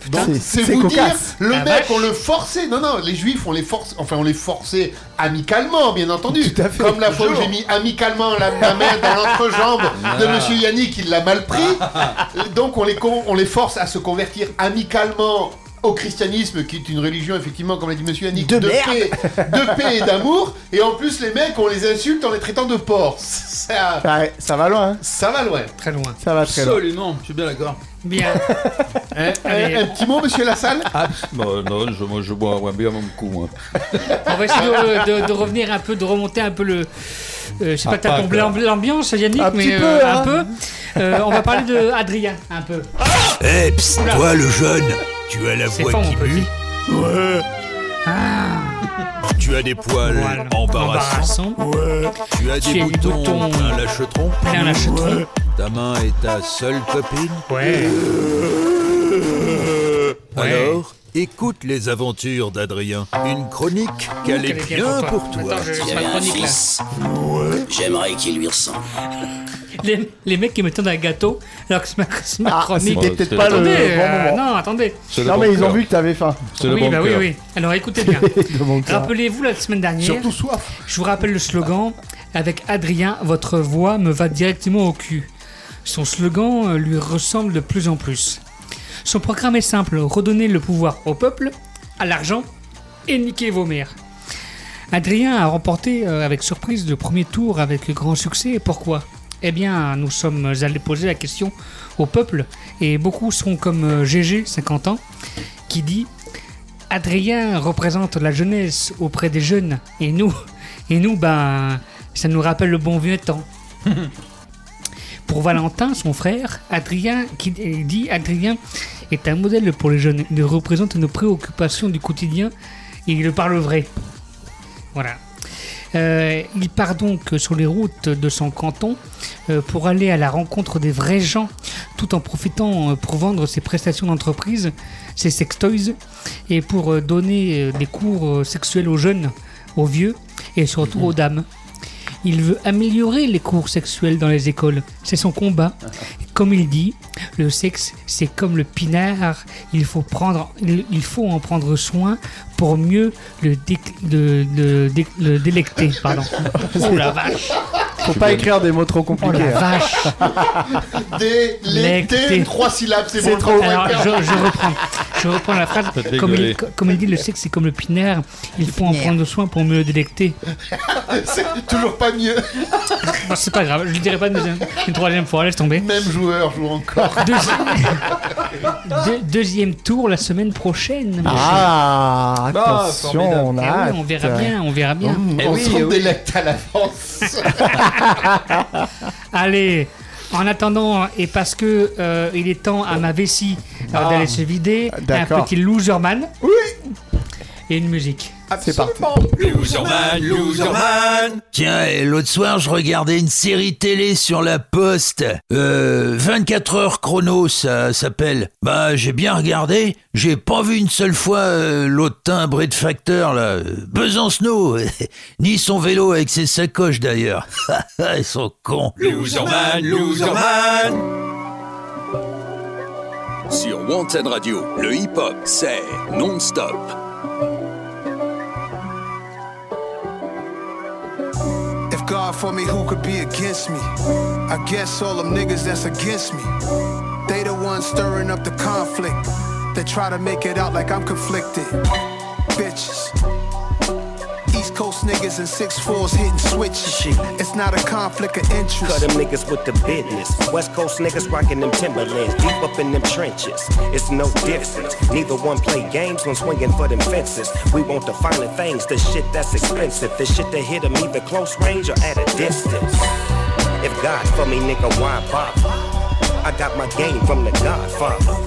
Eh, Donc C'est- c'est c'est vous cocasse. dire, le La Ah, mec vache. on le forçait. Non non, les juifs on les force, enfin on les forçait amicalement bien entendu. Comme la fois où j'ai mis amicalement la, ma main dans (laughs) l'entrejambe de Ah. Monsieur Yannick, il l'a mal pris. Donc on les con- on les force à se convertir amicalement au christianisme qui est une religion effectivement comme l'a dit Monsieur Yannick De merde. paix, (laughs) de paix et d'amour. Et en plus les mecs on les insulte en les traitant de porcs. Ça, Ouais, ça va loin. hein. ça va loin. Très loin. Ça va très loin. Absolument, je suis bien d'accord. Bien. Un, Eh, Allez. un- un petit mot Monsieur Lassalle Bon, non, je, moi, je bois ouais, bien mon coup. Moi. On va essayer de, de- de revenir un peu, de remonter un peu le. euh, je sais Ah, pas, t'as pas tombé grave. l'ambiance, Yannick, Un mais petit peu, euh, un hein. peu. Euh, on va parler de Adrien, un peu. Eh, psst, Oula. toi le jeune, tu as la C'est voix pas qui mon pue. Ouais. Tu as des poils Voilà. embarrassants. Ouais. Tu as Tu des as des boutons, boutons. un lâchetron. Et un lâchetron. Ouais. Ta main est ta seule copine. Ouais. Alors, écoute les aventures d'Adrien. Une chronique Mmh. qu'elle est bien pour toi. Tiens, ma chronique, là. J'aimerais qu'il lui ressemble. Les, les mecs qui me tendent un gâteau, alors que c'est ma, c'est ma Ah, chronique. c'était peut-être pas le Attendez, bon euh, moment. Non, attendez. Non, mais ils ont vu que t'avais faim. oui, bah oui, oui. Alors écoutez (laughs) bien. De mon cœur. Rappelez-vous la semaine dernière. Surtout Je vous rappelle le slogan avec Adrien, votre voix me va directement au cul. Son slogan euh, lui ressemble de plus en plus. Son programme est simple redonner le pouvoir au peuple, à l'argent et niquer vos mères. Adrien a remporté euh, avec surprise le premier tour avec grand succès. Et pourquoi Eh bien, nous sommes allés poser la question au peuple et beaucoup sont comme euh, GG, 50 ans, qui dit Adrien représente la jeunesse auprès des jeunes et nous, et nous, ben, ça nous rappelle le bon vieux temps. Pour Valentin, son frère, Adrien, qui il dit Adrien est un modèle pour les jeunes. Il représente nos préoccupations du quotidien et il parle vrai. Voilà. Euh, il part donc sur les routes de son canton euh, pour aller à la rencontre des vrais gens, tout en profitant euh, pour vendre ses prestations d'entreprise, ses sextoys, et pour euh, donner euh, des cours euh, sexuels aux jeunes, aux vieux et surtout aux dames. Il veut améliorer les cours sexuels dans les écoles. C'est son combat. Comme il dit, le sexe, c'est comme le pinard. Il faut, prendre, il, il faut en prendre soin pour mieux le, déc- le- le déc- le délecter. (laughs) Pardon. Oh la vache Faut pas écrire des mots trop Oh compliqués. la hein. vache Délecté, Lecté. trois syllabes, c'est C'est bon. trop. le Alors, convaincre. je, je reprends. Je reprends la phrase. Ça te fait Comme gueuler. il, co- comme il dit, le sexe, c'est comme le pinard. Il faut en prendre soin pour mieux le délecter. (laughs) C'est toujours (laughs) pas mieux. Bon, c'est pas grave, je le dirai pas une, deuxième- une troisième fois, laisse tomber. Même joueur (laughs) joue encore. deuxième tour la semaine prochaine. monsieur. Ah, attention, on a Eh Bah, oui, hâte. on verra bien, on verra bien. Mmh, Eh on oui, On délecte à l'avance. (laughs) Allez, en attendant, et parce que euh, il est temps à ma vessie Alors, d'aller se vider, un Ah, d'accord. petit loserman. Oui Et une musique. C'est parti. Loserman, loserman Tiens, et l'autre soir, je regardais une série télé sur la poste. Euh, 24 heures chrono, ça s'appelle. Bah, j'ai bien regardé. J'ai pas vu une seule fois euh, l'autre timbré de facteur, là. Euh, Besancenot. (laughs) Ni son vélo avec ses sacoches, d'ailleurs. (laughs) Ils sont cons. Loserman, loserman. Sur Wanted Radio, le hip-hop, c'est non-stop. If God for me, who could be against me? I guess all them niggas that's against me. They the ones stirring up the conflict. They try to make it out like I'm conflicted. Bitches. East Coast niggas in six fours hitting switches. It's not a conflict of interest. Cut them niggas with the business. West Coast niggas rocking them Timberlands, deep up in them trenches. It's no difference. Neither one play games when swinging for them fences. We want the finer things, the shit that's expensive, the shit that hit them either close range or at a distance. If God for me, nigga, why bother? I got my game from the Godfather.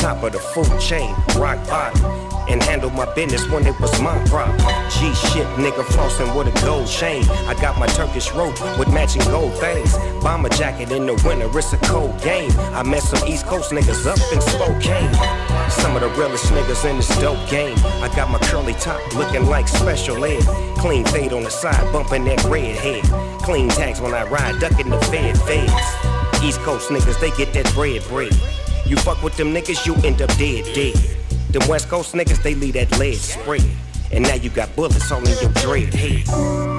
Top of the food chain, rock bottom. And handle my business when it was my problem. G shit, nigga, flossing with a gold chain. I got my Turkish rope with matching gold things. Bomber jacket in the winter, it's a cold game. I met some East Coast niggas up in Spokane. Some of the realest niggas in this dope game. I got my curly top looking like special ed. Clean fade on the side, bumping that red head. Clean tags when I ride, ducking the fed feds. East Coast niggas, they get that bread bread. You fuck with them niggas, you end up dead dead. Them West Coast niggas, they leave that lead spread. And now you got bullets all in your dread head.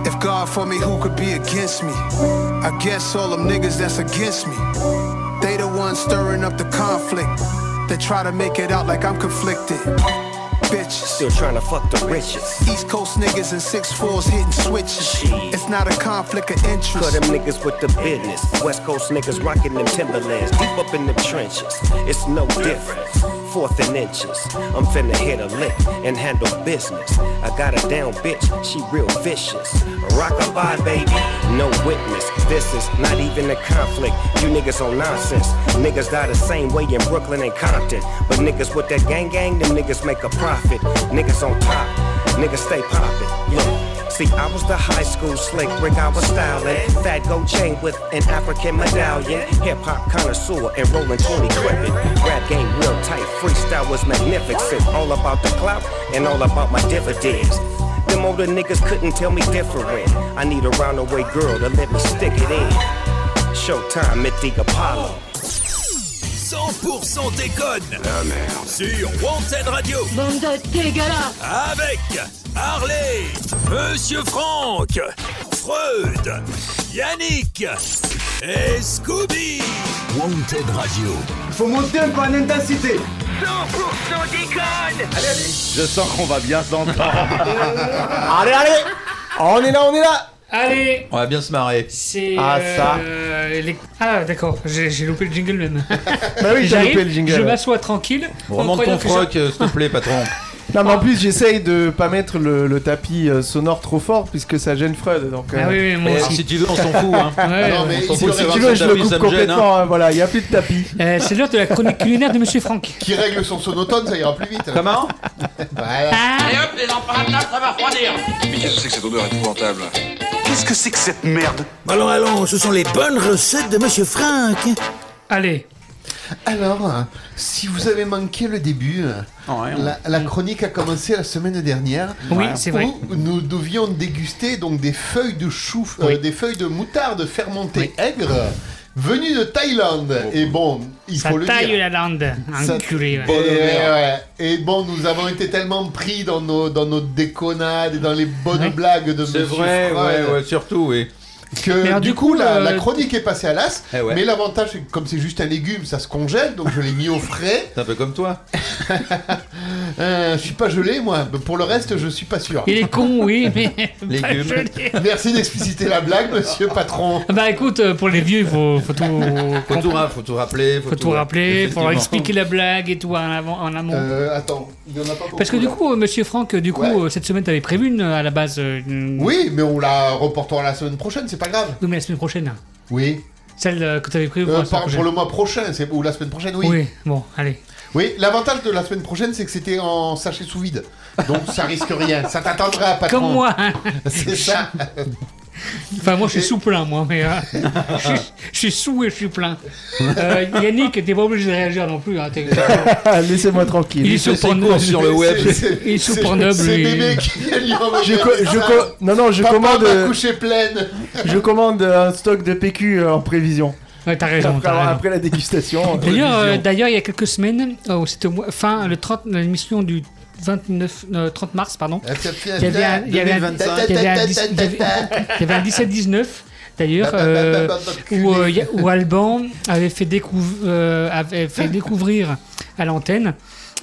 If God for me, who could be against me? I guess all them niggas that's against me. They the ones stirring up the conflict. They try to make it out like I'm conflicted. Bitches. Still trying to fuck the riches. East Coast niggas in six fours hitting switches. It's not a conflict of Cut interest. them niggas with the business. West Coast niggas rocking them Timberlands, deep up in them trenches. It's no difference. Fourth and inches. I'm finna hit a lick and handle business. I got a down bitch, she real vicious. Rock a bye, baby. No witness. This is not even a conflict. You niggas on nonsense. Niggas die the same way in Brooklyn and Compton. But niggas with that gang gang, them niggas make a profit. Niggas on top. Niggas stay poppin'. Look. See, I was the high school slick Rick, I was styling. Fat gold chain with an African medallion. Hip hop connoisseur and rolling 20 crippin'. Rap game real tight, freestyle was magnificent. All about the clout and all about my dividends. Them older niggas couldn't tell me different. I need a roundaway girl to let me stick it in. Showtime at the Apollo. 100% déconne. La merde. Sur Wanted Radio. Bande de dégueulasse Avec Harley, Monsieur Franck, Freud, Yannick et Scooby. Wanted Radio. Faut monter un peu en intensité. 100% déconne. Je sens qu'on va bien s'entendre. Allez, allez Ah, On est là, on est là Allez (laughs) On va bien se marrer. C'est. Ah, ça. euh, les- Ah, d'accord, j'ai j'ai loupé le jingle même. (laughs) Bah oui, t'as J'arrive, loupé le jingle, Je ouais. m'assois tranquille. en Remonte croyant ton que je- froc, euh, s'il te (laughs) plaît, patron. Non, mais en plus, j'essaye de pas mettre le, le tapis euh, sonore trop fort puisque ça gêne Freud. Donc, euh. Ah oui, oui, moi Mais aussi. si tu veux, on s'en fout, hein. Ouais, non, ouais. mais On s'en si, fout, si c'est tu vrai, veux, ça, je ça le me coupe gêne, complètement. hein. hein, voilà, il n'y a plus de tapis. (laughs) Euh, c'est l'heure de la chronique (laughs) culinaire de Monsieur Franck. Qui règle son sonotone, ça ira plus vite. Euh. Comment Voilà. Ah. Allez hop, les empreintes là, ça va refroidir. Mais qu'est-ce que c'est que cette odeur épouvantable Qu'est-ce que c'est que cette merde Allons, allons, ce sont les bonnes recettes de Monsieur Franck. Allez. Alors, euh, si vous avez manqué le début, euh, la, la chronique a commencé la semaine dernière. Oui, c'est vrai. Où nous devions déguster donc des feuilles de chou, euh, des feuilles de moutarde fermentées aigres euh, venues de Thaïlande. Et bon, il Ça faut le taille dire. la lande. Ça- Enculé. ouais. Et, ouais. Et bon, nous avons été tellement pris dans nos, dans nos déconnades et dans les bonnes blagues de C'est Monsieur vrai, Freud ouais, ouais, surtout, oui. que Mais alors, du, du coup, coup, la, euh, la chronique est passée à l'as. Eh ouais. Mais l'avantage, c'est que comme c'est juste un légume, ça se congèle, donc je l'ai mis au frais. C'est un peu comme toi. (laughs) Euh, je suis pas gelé, moi. Pour le reste, je suis pas sûr. Il est con, oui, mais. (laughs) Légumes. pas gelé. Merci d'expliciter la blague, monsieur patron. Bah écoute, euh, pour les vieux, il faut, faut tout. (laughs) Faut tout, ra- faut tout rappeler. Faut, Faut tout rappeler, faut effectivement. leur expliquer la blague et tout en, avant, en amont. Euh, attends, il y en a pas beaucoup. Parce que du là. coup, euh, monsieur Franck, euh, du coup, euh, cette semaine, t'avais prévu une euh, à la base. euh, une- Oui, mais on la reportera la semaine prochaine, c'est pas grave. Oui, mais la semaine prochaine. hein. Oui. Celle euh, que tu avais prise Euh, par- pour le mois prochain, c'est- ou la semaine prochaine, oui. Oui, bon, allez. Oui, l'avantage de la semaine prochaine, c'est que c'était en sachet sous vide. Donc ça risque rien. Ça t'attendra, patron. Comme (laughs) moi. hein. C'est ça. Enfin, moi, je suis sous plein, moi, (laughs) mais euh, je, suis, je suis sous et je suis plein. Euh, Yannick, t'es pas obligé de réagir non plus. hein, (laughs) t'es- (laughs) Laissez-moi tranquille. Il est sur Pornhub. C'est- c'est- (laughs) Il est sur Pornhub, C'est lui. bébé qui vient lui envoyer Je co- un je message. co- non, non, je Papa, commande, ma euh, couche est pleine. Je commande euh, un stock de PQ euh, en prévision. Ouais, t'as raison, Après, t'as raison. après la dégustation. euh, D'ailleurs, euh, prévision. d'ailleurs, il y a quelques semaines, oh, c'était au mois- fin le 30, l'émission du 29, euh, 30 mars, pardon. Il y avait un, il y avait un- 2025. il y avait un dix- il y avait- il y avait un 17-19. D'ailleurs, Bah, bah, bah, euh, bah, bah, où, euh, il y a- où Alban avait fait, découv- euh, avait fait découvrir à l'antenne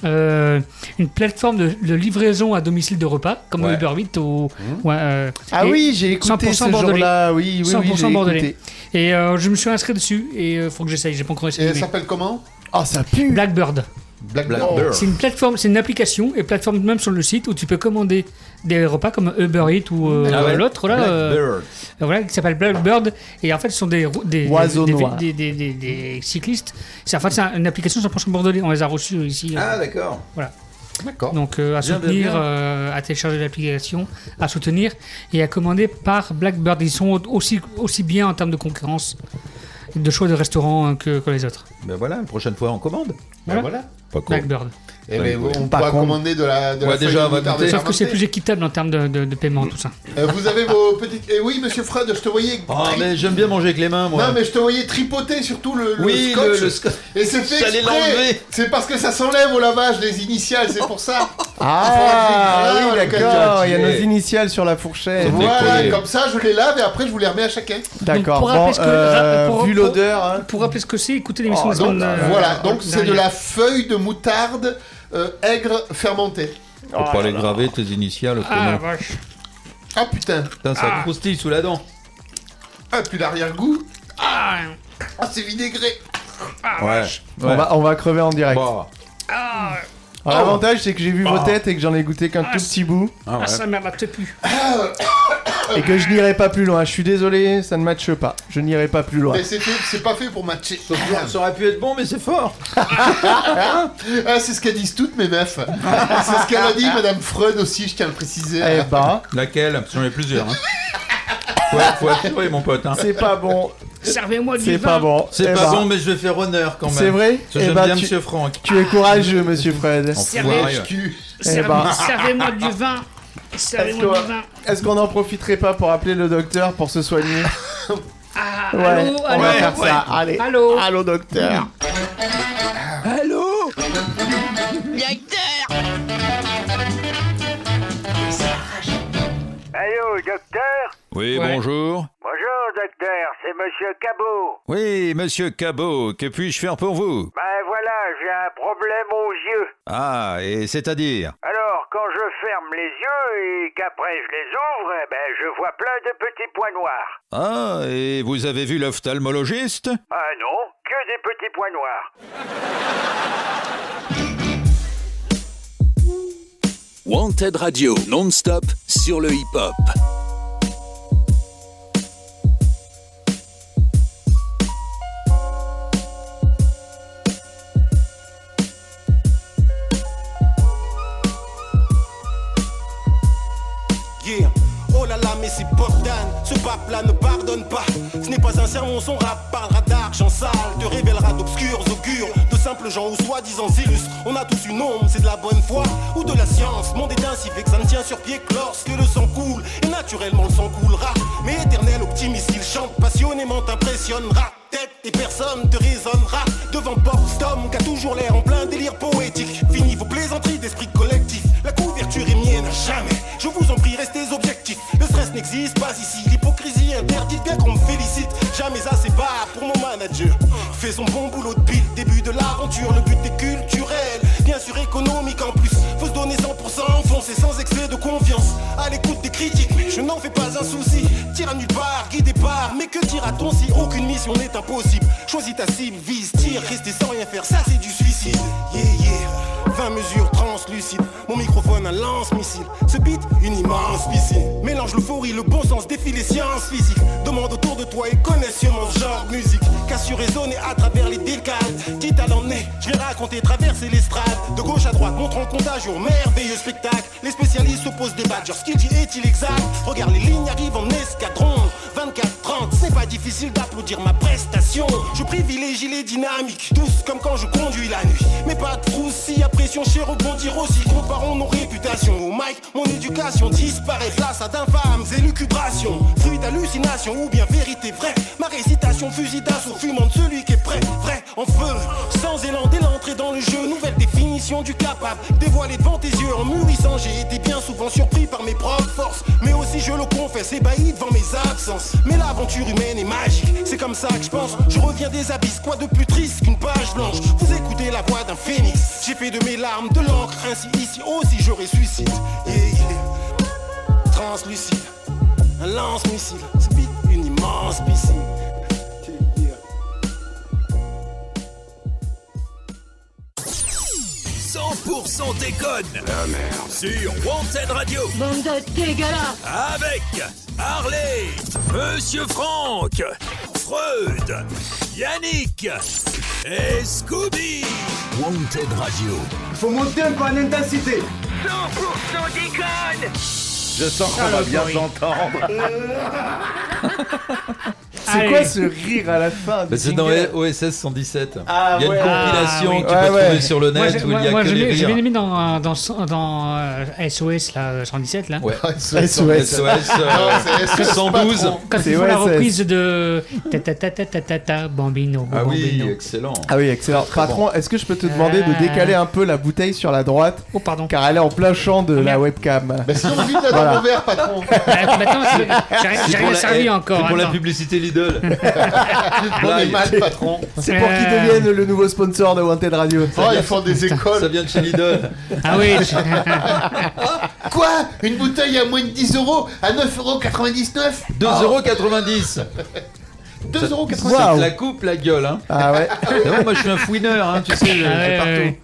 euh, une plateforme de, de livraison à domicile de repas, comme Ouais. Mmh. Uber Eats ou. ou, euh, Ah et oui, j'ai écouté 100% ce bordelais. jour-là, oui, oui, oui, 100% j'ai bordelais. écouté. Et euh, je me suis inscrit dessus et euh, faut que j'essaye, j'ai pas encore essayé. Et elle s'appelle comment Ah, ça pue Blackbird. Blackbird. C'est une plateforme, c'est une application et plateforme même sur le site où tu peux commander des repas comme Uber Eats ou euh, Ah ouais. l'autre là, euh, Blackbird. euh, voilà qui s'appelle Blackbird et en fait ce sont des rou- des Oiseaux des, noirs. des, des- des- des cyclistes. C'est en fait c'est un- une application 100% bordelais. On les a reçus ici. Ah, euh, d'accord. Voilà. D'accord. Donc euh, à Bien, bien, soutenir, bien. euh, à télécharger l'application, à soutenir et à commander par Blackbird. Ils sont au- aussi aussi bien en termes de concurrence, de choix de restaurants hein, que, que les autres. Ben voilà, la prochaine fois on commande. Ben Voilà. Pas con. Blackbird. Eh ben, Bah, on pourra commander de la. De Ouais, la feuille déjà, de on va moutarde goûter. Sauf que c'est fermentée. plus équitable en termes de, de- de paiement, tout ça. Euh, vous avez vos petites. Eh oui, monsieur Fred, je te voyais. Oh, Ah, mais j'aime bien manger avec les mains, moi. Non, mais je te voyais tripoter surtout le, le Oui, scotch. le- le scotch. Et c'est fait J'allais exprès. l'enlever. C'est parce que ça s'enlève au lavage les initiales, c'est pour ça. (laughs) Ah, Faut enlever oui, les grains, d'accord, voilà, il y a quand nos tu- initiales sur la fourchette. Voilà, comme ça, je les lave et après, je vous les remets à chacun. D'accord, Donc, pour bon, rappeler ce que- euh, pour- vu pour- l'odeur. hein. Pour rappeler ce que c'est, écoutez l'émission Oh, de la donc, semaine, euh, voilà, donc c'est de dernière. la feuille de moutarde euh, aigre fermentée. Faut Oh pas les graver tes initiales Ah, autrement. bah. vache. Ah putain. Putain, ça Ah. croustille sous la dent. Ah, puis l'arrière-goût. Ah, Ah, c'est vinaigré. Ah, Ouais. On, va, on va crever en direct. Alors, L'avantage, c'est que j'ai vu vos Ah. têtes et que j'en ai goûté qu'un Ah, tout petit bout. Ah, sa mère la te pue. Et que je n'irai pas plus loin. Je suis désolé, ça ne matche pas. Je n'irai pas plus loin. Mais c'est fait- c'est pas fait pour matcher. Ça aurait pu être bon, mais c'est fort. (laughs) ah, c'est ce qu'elles disent toutes mes (laughs) meufs. c'est ce qu'elle a dit, Madame Freud aussi, je tiens à le préciser. Eh ben, (laughs) Laquelle Parce que J'en ai plusieurs. Hein. Faut, (laughs) (laughs) faut assurer, mon pote. Hein. c'est pas bon. Servez-moi du C'est vin. pas bon. C'est Eh pas ben, bon, mais je vais faire honneur quand même. C'est vrai Parce que Eh J'aime ben, bien tu- Monsieur Franck. Tu es courageux, monsieur Fred. Enfoiré. Eh ben. Servez-moi (laughs) du vin. Est-ce qu'on- Servez-moi du vin. est-ce qu'on n'en profiterait pas pour appeler le docteur pour se soigner Ah, Ouais, allô, on allô. va faire ça. Allez. Allô. Allô, docteur. Allô Allô, docteur Oui, Ouais. bonjour. Bonjour, docteur, c'est Monsieur Cabot. Oui, monsieur Cabot, que puis-je faire pour vous Ben voilà, j'ai un problème aux yeux. Ah, et c'est-à-dire Alors, quand je ferme les yeux et qu'après je les ouvre, eh ben je vois plein de petits points noirs. Ah, et vous avez vu l'ophtalmologiste Ah non, que des petits points noirs. Wanted Radio, non-stop sur le hip-hop. Yeah. Oh là là, mais c'est Bogdan. Ce pape-là ne pardonne pas. Ce n'est pas un sermon, son rap parlera d'argent sale. Te révélera d'obscurs augures, de simples gens ou soi-disant illustres. On a tous une ombre, c'est de la bonne foi ou de la science. Monde est ainsi fait que ça ne tient sur pied que lorsque le sang coule. Et naturellement, le sang coulera. Mais éternel optimiste, il chante passionnément, t'impressionnera. Tête et personne te résonnera devant Borstom qui a toujours l'air en plein délire poétique. Fini vos plaisanteries d'esprit collectif. La couverture est mienne à jamais. Je vous en prie, restez objectifs. Le stress n'existe pas ici. L'hypocrisie interdite, bien qu'on me félicite. Jamais assez bas pour mon manager. Fais son bon boulot depuis le début de l'aventure. Le but est culturel, bien sûr économique en plus. Faut se donner 100%, enfoncer sans excès de confiance. À l'écoute des critiques, je n'en fais pas un souci. Tire à nulle part, guidé par pas. Mais que dira-t-on si aucune mission n'est impossible Choisis ta cible, vise, tire, rester sans rien faire, ça c'est du suicide. Yeah, yeah. 20 mesures translucides, mon microphone un lance-missile. Ce beat, une immense piscine. Mélange l'euphorie, le bon sens, défie les sciences physiques. Demande autour de toi et connais sûrement ce genre de musique. Cassure résonne et à travers les décales. Quitte à l'emmener, je vais raconter, traverser les strates. De gauche à droite, montre en contagion, merveilleux spectacle. Les spécialistes s'opposent des badgers, ce qu'il dit est-il exact Regarde, les lignes arrivent en escadron. 24-30, ce n'est pas difficile d'applaudir ma prestation. Je privilégie les dynamiques, douces comme quand je conduis la nuit. Mais pas de si à pression, chez rebondir aussi. Comparons nos réputations au mic, mon éducation disparaît face à d'infâmes élucubrations. Fruit d'hallucination ou bien vérité vraie. Ma récitation fusil d'assaut fumante, celui qui est prêt, vrai, en feu. Sans élan dès l'entrée dans le jeu, nouvelle définition du capable. Dévoilé devant tes yeux en mûrissant, j'ai été bien souvent surpris par mes propres forces. Mais aussi, je le confesse, ébahi devant mes absences. Mais l'aventure humaine est magique, c'est comme ça que je pense. Je reviens des abysses, quoi de plus triste qu'une page blanche. Vous écoutez la voix d'un phénix, j'ai fait de mes larmes de l'encre. Ainsi, ici aussi, je ressuscite. Yeah, yeah. Translucide, un lance-missile, speed, une immense piscine. pour 100% déconne. La merde. Sur Wanted Radio. Bande de dégueulasse. Avec Harley, Monsieur Franck, Freud, Yannick et Scooby. Wanted Radio. Faut monter un peu en intensité. 100% déconne Je sens Ah, Ah. qu'on va bien Euh. s'entendre. C'est quoi ce rire à la fin Bah, du c'est dans jingle OSS 117. Ah il y a une ouais. compilation Ah oui. que tu Ouais, peux ouais. trouver sur le Moi, net j'ai- où il y a moi, que je les l'ai je rires. l'ai mis dans, euh, dans, so- dans, euh, SOS là, euh, 117 là. (laughs) Ouais. SOS. SOS, euh, Non, c'est SOS, 112. patron. Quand C'est ils font la OSS. reprise de ta ta ta ta ta ta ta Bambino. Ah oui, Bambino. excellent. Ah oui, excellent. Patron, est-ce que je peux te demander de Euh. décaler un peu la bouteille sur la droite Oh, pardon. Car elle est en plein champ de la webcam. Mais Bah, si on vide la Voilà. dans mon verre, patron. (laughs) Attends, j'ai- j'ai C'est j'ai pour rien la- servi eh, encore. C'est pour la attends. publicité Lidl. On est Live. mal, patron. C'est pour qu'ils Euh. deviennent le nouveau sponsor de Wanted Radio. Oh, ils font des écoles. Ça vient de chez Lidl. Ah oui, (laughs) Quoi Une bouteille à moins de 10 euros Ah. À 9,99 2,90€. 2,99 Ça te la coupe la gueule. Hein. Ah (laughs) ouais. moi je suis un fouineur, hein, tu sais, je- je Ah vais ouais, partout. ouais, ouais.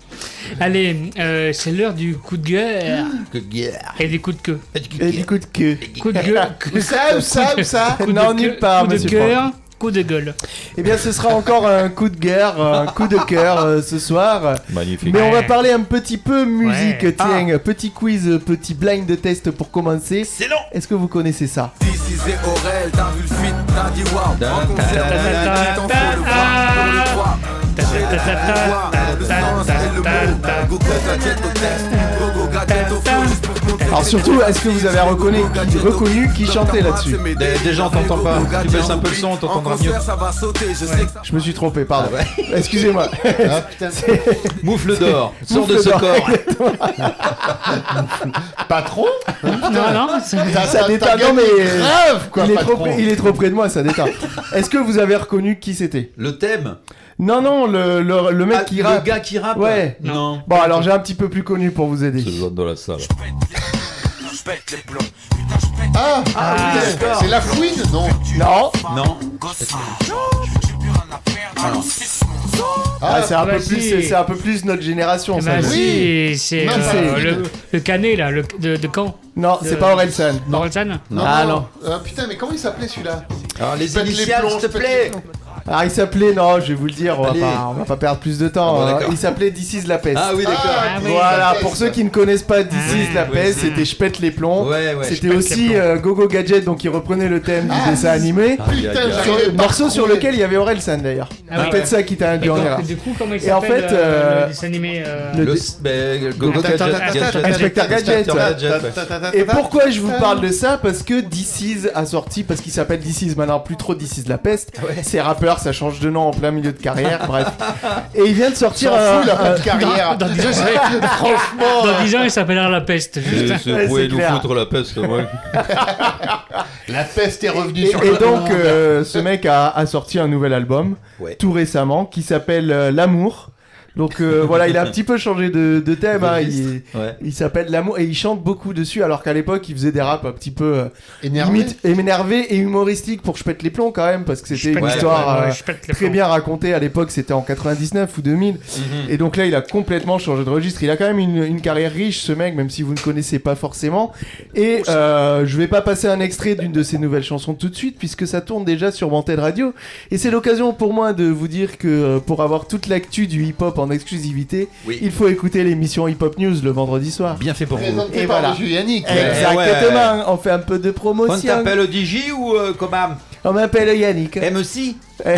Allez, euh, c'est l'heure du coup de gueule Que guerre. et des coups de queue. Et du coup de queue. Coup de gueule. Où ça, où ça, où ça Coup de Non, queue, nulle part, Coup de monsieur cœur, coup de gueule. Eh bien, ce sera encore un coup de guerre, un coup de cœur euh, ce soir. Magnifique. Mais on va Ouais. parler un petit peu musique. Ouais. Ah. Tiens, petit quiz, petit blind test pour commencer. C'est Est-ce que vous connaissez ça Dizzy et Aurel, d'un Vulfit, d'un D-Wow. En concert, da, da, il t'en faut le voir, faut le croire. J'ai la mémoire, le sens et le mot. Gogo gadget au test, gogo gadget au flow, juste pour te montrer Alors que surtout, est-ce que vous avez reconnu, reconnu qui chantait là-dessus Des, des gens t'entends pas. Tu baisses un peu le son, t'es- En t'entendras mieux. Ah concert, ça va sauter, je sais que ça Je me suis trompé, pardon. Excusez-moi. Moufle (laughs) d'or, C'est- sors de Moufle ce d'or. corps. Patron Non, non, c'est- T'as- ça t'as- t'as déteint. Non gagné mais grave, quoi, il, est patron. trop, il est trop près de moi, ça déteint. Est-ce que vous avez reconnu qui c'était Le thème Non non, le, le, le mec Ah, qui le rappe. gars qui rappe Ouais. Non. Bon alors j'ai un petit peu plus connu pour vous aider. C'est dans la salle. Ah, ok. C'est la fouine Non. Non. Non. Ah, c'est un bah peu si. plus, c'est c'est un peu plus notre génération. ça. Bah si, c'est Non, euh, c'est- le, le canet là, le, de, de Caen. Non, c'est pas Orelsan. Orelsan Non, Ah non. non. Euh, putain, mais comment il s'appelait celui-là Alors les Pète les initiales, plombs, s'il te pète les plaît. plombs. Ah, il s'appelait, non, je vais vous le dire, on va, Allez. pas, on va pas perdre plus de temps. Ah bon, hein. d'accord. il s'appelait This is la peste. Ah oui, d'accord. Ah, oui, voilà, la peste. Ah pour ceux qui ne connaissent pas This is la oui, peste, oui. c'était Je pète les plombs. Ouais, ouais, Je c'était pète les aussi plombs. euh, Gogo Gadget, donc il reprenait le thème Ah, du dessin animé. Putain, Aïe, aïe, aïe. j'arrivais Sur- pas à morceau sur retrouver. lequel il y avait Orelsan d'ailleurs. Ah oui. Peut-être ça qui t'a induit en erreur. Du coup, comment il Et en s'appelle fait, euh, euh, le dessin animé euh, le- Le s- ben, Gogo Attends, attends, Gadget, attends, Gadget. attends, Inspecteur Gadget. Gadget, ouais. Et pourquoi je vous parle de ça Parce que This Is a sorti, parce qu'il s'appelle This Is maintenant plus trop This Is la peste. Ces rappeurs, ça change de nom en plein milieu de carrière, bref. Et il vient de sortir S'en un- fout, il a pas de un- carrière. Dans 10 ans, il (laughs) s'appelle- Franchement. dans 10 ans, il s'appellera La Peste. Juste. Et Ouais, Euh, se pouvait c'est nous clair. foutre la peste, ouais. La peste est revenue Et, sur et le donc, monde. euh, ce mec a, a sorti un nouvel album Ouais. tout récemment qui s'appelle euh, L'amour. Donc euh, voilà, il a un petit peu changé de, de thème. De hein. Il, registre, ouais. il s'appelle L'amour et il chante beaucoup dessus, alors qu'à l'époque, il faisait des raps un petit peu euh, Énervé. limite énervé et humoristique pour Je pète les plombs quand même, parce que c'était pète une les histoire plombs, ouais, euh, Je pète les très plombs. bien racontée à l'époque. C'était en 99 ou 2000. Mhm. Et donc là, il a complètement changé de registre. Il a quand même une, une carrière riche, ce mec, même si vous ne connaissez pas forcément. Et euh, je vais pas passer un extrait d'une de ses nouvelles chansons tout de suite, puisque ça tourne déjà sur Wanted Radio. Et c'est l'occasion pour moi de vous dire que euh, pour avoir toute l'actu du hip-hop en exclusivité, Oui. il faut écouter l'émission Hip Hop News le vendredi soir. Bien fait pour vous. Eh Présenté par Monsieur Yannick. Eh ben, Exactement. On fait un peu de promotion. On t'appelle au DJ ou euh, comment On m'appelle Yannick. (laughs) MC Eh,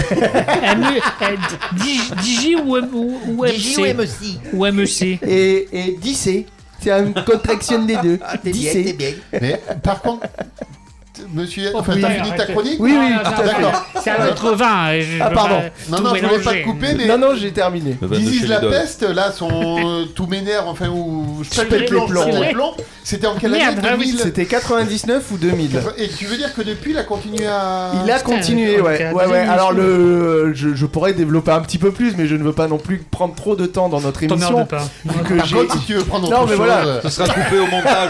DJ ou, M- ou, ou MC DJ ou Ou MEC. Et, et DC. C'est une contraction des deux. Ah, T'es bien, DC. t'es bien. Mais par contre, monsieur, enfin, oui, t'as fini ta Oh, arrêtez. chronique Oui, oui, Ah, tout à fait. d'accord. C'est un autre vin. et je Ah veux pardon. pas Non, tout non, je voulais pas mélanger. te couper, mais. Non, non, j'ai terminé. This is la peste, là, son euh, tout m'énerve, enfin, ou je Je pète les plombs, je pète les ouais. ah plombs. C'était en quelle ah année 2000 C'était 99 ou 2000 Et tu veux dire que depuis, il a continué à. Il a Ah, continué, ouais. Ouais, ouais. Alors, le, euh, je, je pourrais développer un petit peu plus, mais je ne veux pas non plus prendre trop de temps dans notre T'emmerdes émission. pas. vu que Par j'ai- contre, si tu veux prendre Non, autre mais voilà. chose, euh, ce sera coupé (laughs) au montage.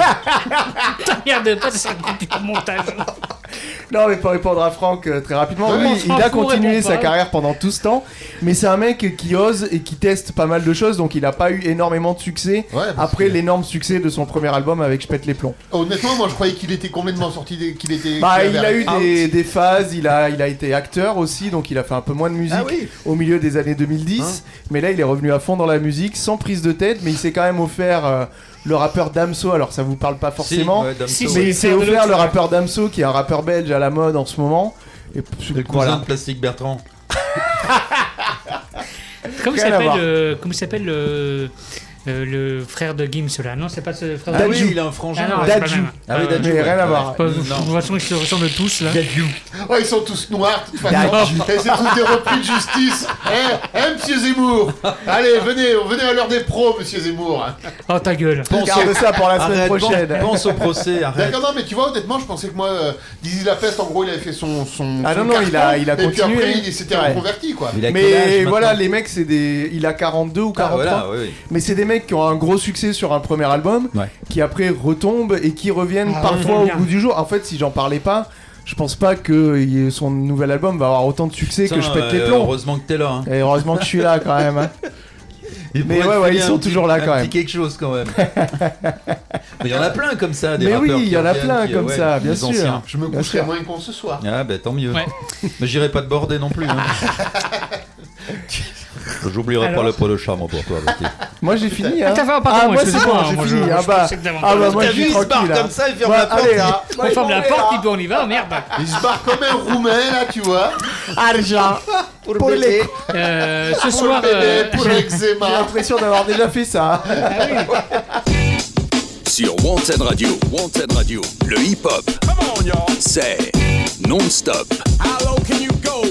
Regarde pas, ça coupé au montage. Non, mais pour répondre à Franck euh, très rapidement, Ouais, oui, on s'en il a fout, continué réponds sa pas. carrière pendant tout ce temps, mais c'est un mec qui ose et qui teste pas mal de choses, donc il a pas eu énormément de succès après l'énorme succès de son premier album avec Je pète les plombs. Oh, Honnêtement, moi, je croyais qu'il était complètement sorti, des- qu'il était. Bah, qu'il il avait a eu un- des, des phases, il a, il a été acteur aussi, donc il a fait un peu moins de musique au milieu des années 2010. mais là, il est revenu à fond dans la musique, sans prise de tête, mais il s'est quand même offert euh, le rappeur Damso. Alors, ça vous parle pas forcément, ouais, Damso, mais ouais. il s'est Frère de offert l'autre, le ouais. rappeur Damso, qui est un rappeur belge à la mode en ce moment. Et Le cousin voilà. de Plastique Bertrand. Comment Rien à s'appelle voir. euh, comment s'appelle euh, euh, le frère de Gims là Non, c'est pas ce frère de Ah oui, Gims. il a un frangin, Ah non, ouais. c'est pas Dadju. le même. Ah oui, Dadju, Mais ouais. rien à voir. Pas- De Non. toute façon, ils se ressemblent tous là. Oh, ils sont tous noirs, de toute façon. Bah, Dadju. Et c'est tous des repris de justice. Hein, hein, monsieur Zemmour Allez, venez, venez à l'heure des pros, monsieur Zemmour. Oh ta gueule. Garde ça pour la semaine Arrête, prochaine. pense- D'accord, non, mais tu vois, honnêtement, je pensais que moi, euh, Dizzy La Peste, en gros, il avait fait son. son Ah son non, non, il a, carton, il a continué. Et puis après, il s'était Ouais. reconverti, quoi. Mais voilà, les mecs, c'est des. Il a 42 ou 43. Ah, voilà, oui, oui. Mais c'est des mecs qui ont un gros succès sur un premier album, Ouais. qui après retombent et qui reviennent Ah, parfois ouais, au bien. bout du jour. En fait, si j'en parlais pas. Je pense pas que il y ait- son nouvel album va avoir autant de succès que je Putain, pète les euh, plombs. Heureusement que t'es là. hein. Et heureusement que je suis là quand même. hein. (laughs) Il Mais pourrait ouais, te ouais, filer ils un sont petit- toujours là quand un petit même. quelque chose (laughs) quand même. Mais il y en a plein comme ça, des Mais oui, rappeurs. il y qui en a reviennent, plein qui, comme ouais, ça, bien les sûr. anciens. Je me Bien coucherai sûr. moins con ce soir. Ah bah tant mieux. (laughs) Mais j'irai pas te border non plus. hein. (laughs) J'oublierai pas Alors le pot de charme pour toi, Baptiste. Moi j'ai fini. Hein. Ah, t'as fait un pardon, ah, moi c'est excusez-moi, bon, moi, j'ai je- fini. je ah bah, pensais que d'avant. ah bah T'as moi je vu, suis il se barre tranquille. comme hein. ça, il ferme Ouais, la porte, allez, il- hein. on ferme la porte, puis on y va, merde. Il se barre comme un roumain, là, tu vois. Argent. Pour, Pour le bébé. les- Euh, ce Pour soir, le bébé, euh, Ah pour l'eczéma. J'ai l'impression d'avoir hein. déjà fait ça. Sur Wanted Radio, Wanted Radio, le hip-hop, c'est non-stop. How low can you go?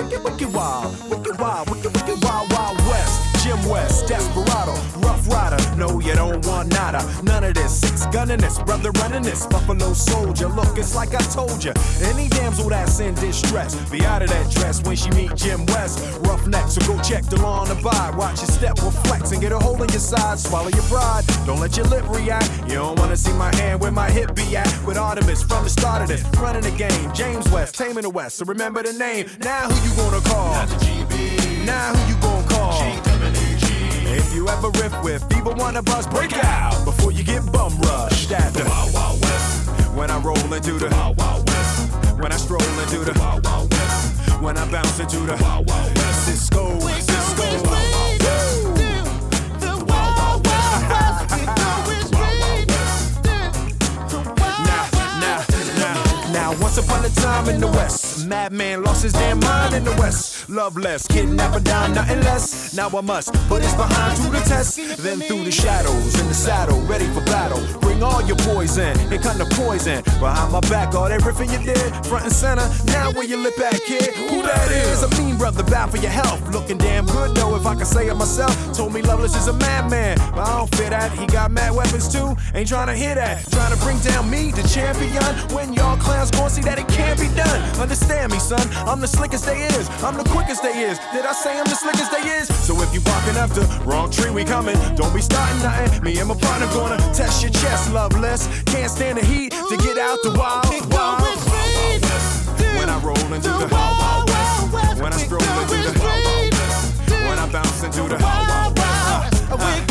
Wicked, wicked wild, wicked wild, wicked, wicked wild, wild west. Jim West, Desperado, Rough Rider. No, you don't want nada. None of this. Six gunning this, brother running this. Buffalo soldier. Look, it's like I told you. Any damsel that's in distress, be out of that dress when she meet Jim West. Rough neck, so go check the law on the vibe. Watch your step, will flex and get a hole in your side. Swallow your pride. Don't let your lip react. You don't wanna see my hand where my hip be at. With Artemis from the start of this, running the game. James West, taming the West. So remember the name. Now who you gonna call? Now who you gonna call? If you ever riff with either one of us, break out before you get bum rushed at the Wild Wild West. When I roll into the Wild Wild West. When I stroll into the Wild Wild West. When I bounce into the Wild Wild West. Cisco, Cisco, Wild Wild West. Now, now, now, once upon a time in the West, madman lost his damn mind in the West. Love less, kidnapper down, nothing less. Now I must put his behind to the test. Then through the shadows in the saddle, ready for battle. Bring all your poison, here come the poison. Behind my back, all that riffing you did, front and center. Now where you lip at, kid? Who that is? A mean brother, bound for your health. Looking damn good though, if I can say it myself. Told me Loveless is a madman, but I don't fear that. He got mad weapons too, ain't trying to hear that. Trying to bring down me, the champion. When y'all clowns gon' see that it can't be done. Understand? understand me, son. I'm the slickest they is. I'm the quickest they is. Did I say I'm the slickest they is? So if you walking up the wrong tree, we coming. Don't be starting nothing. Me and my partner gonna test your chest, loveless. Can't stand the heat to get out the wild, wild, wild, wild west. When I roll into the wild, wild west. When I stroll into the wild, wild west. When I bounce into the wild, wild west. Uh, uh, uh.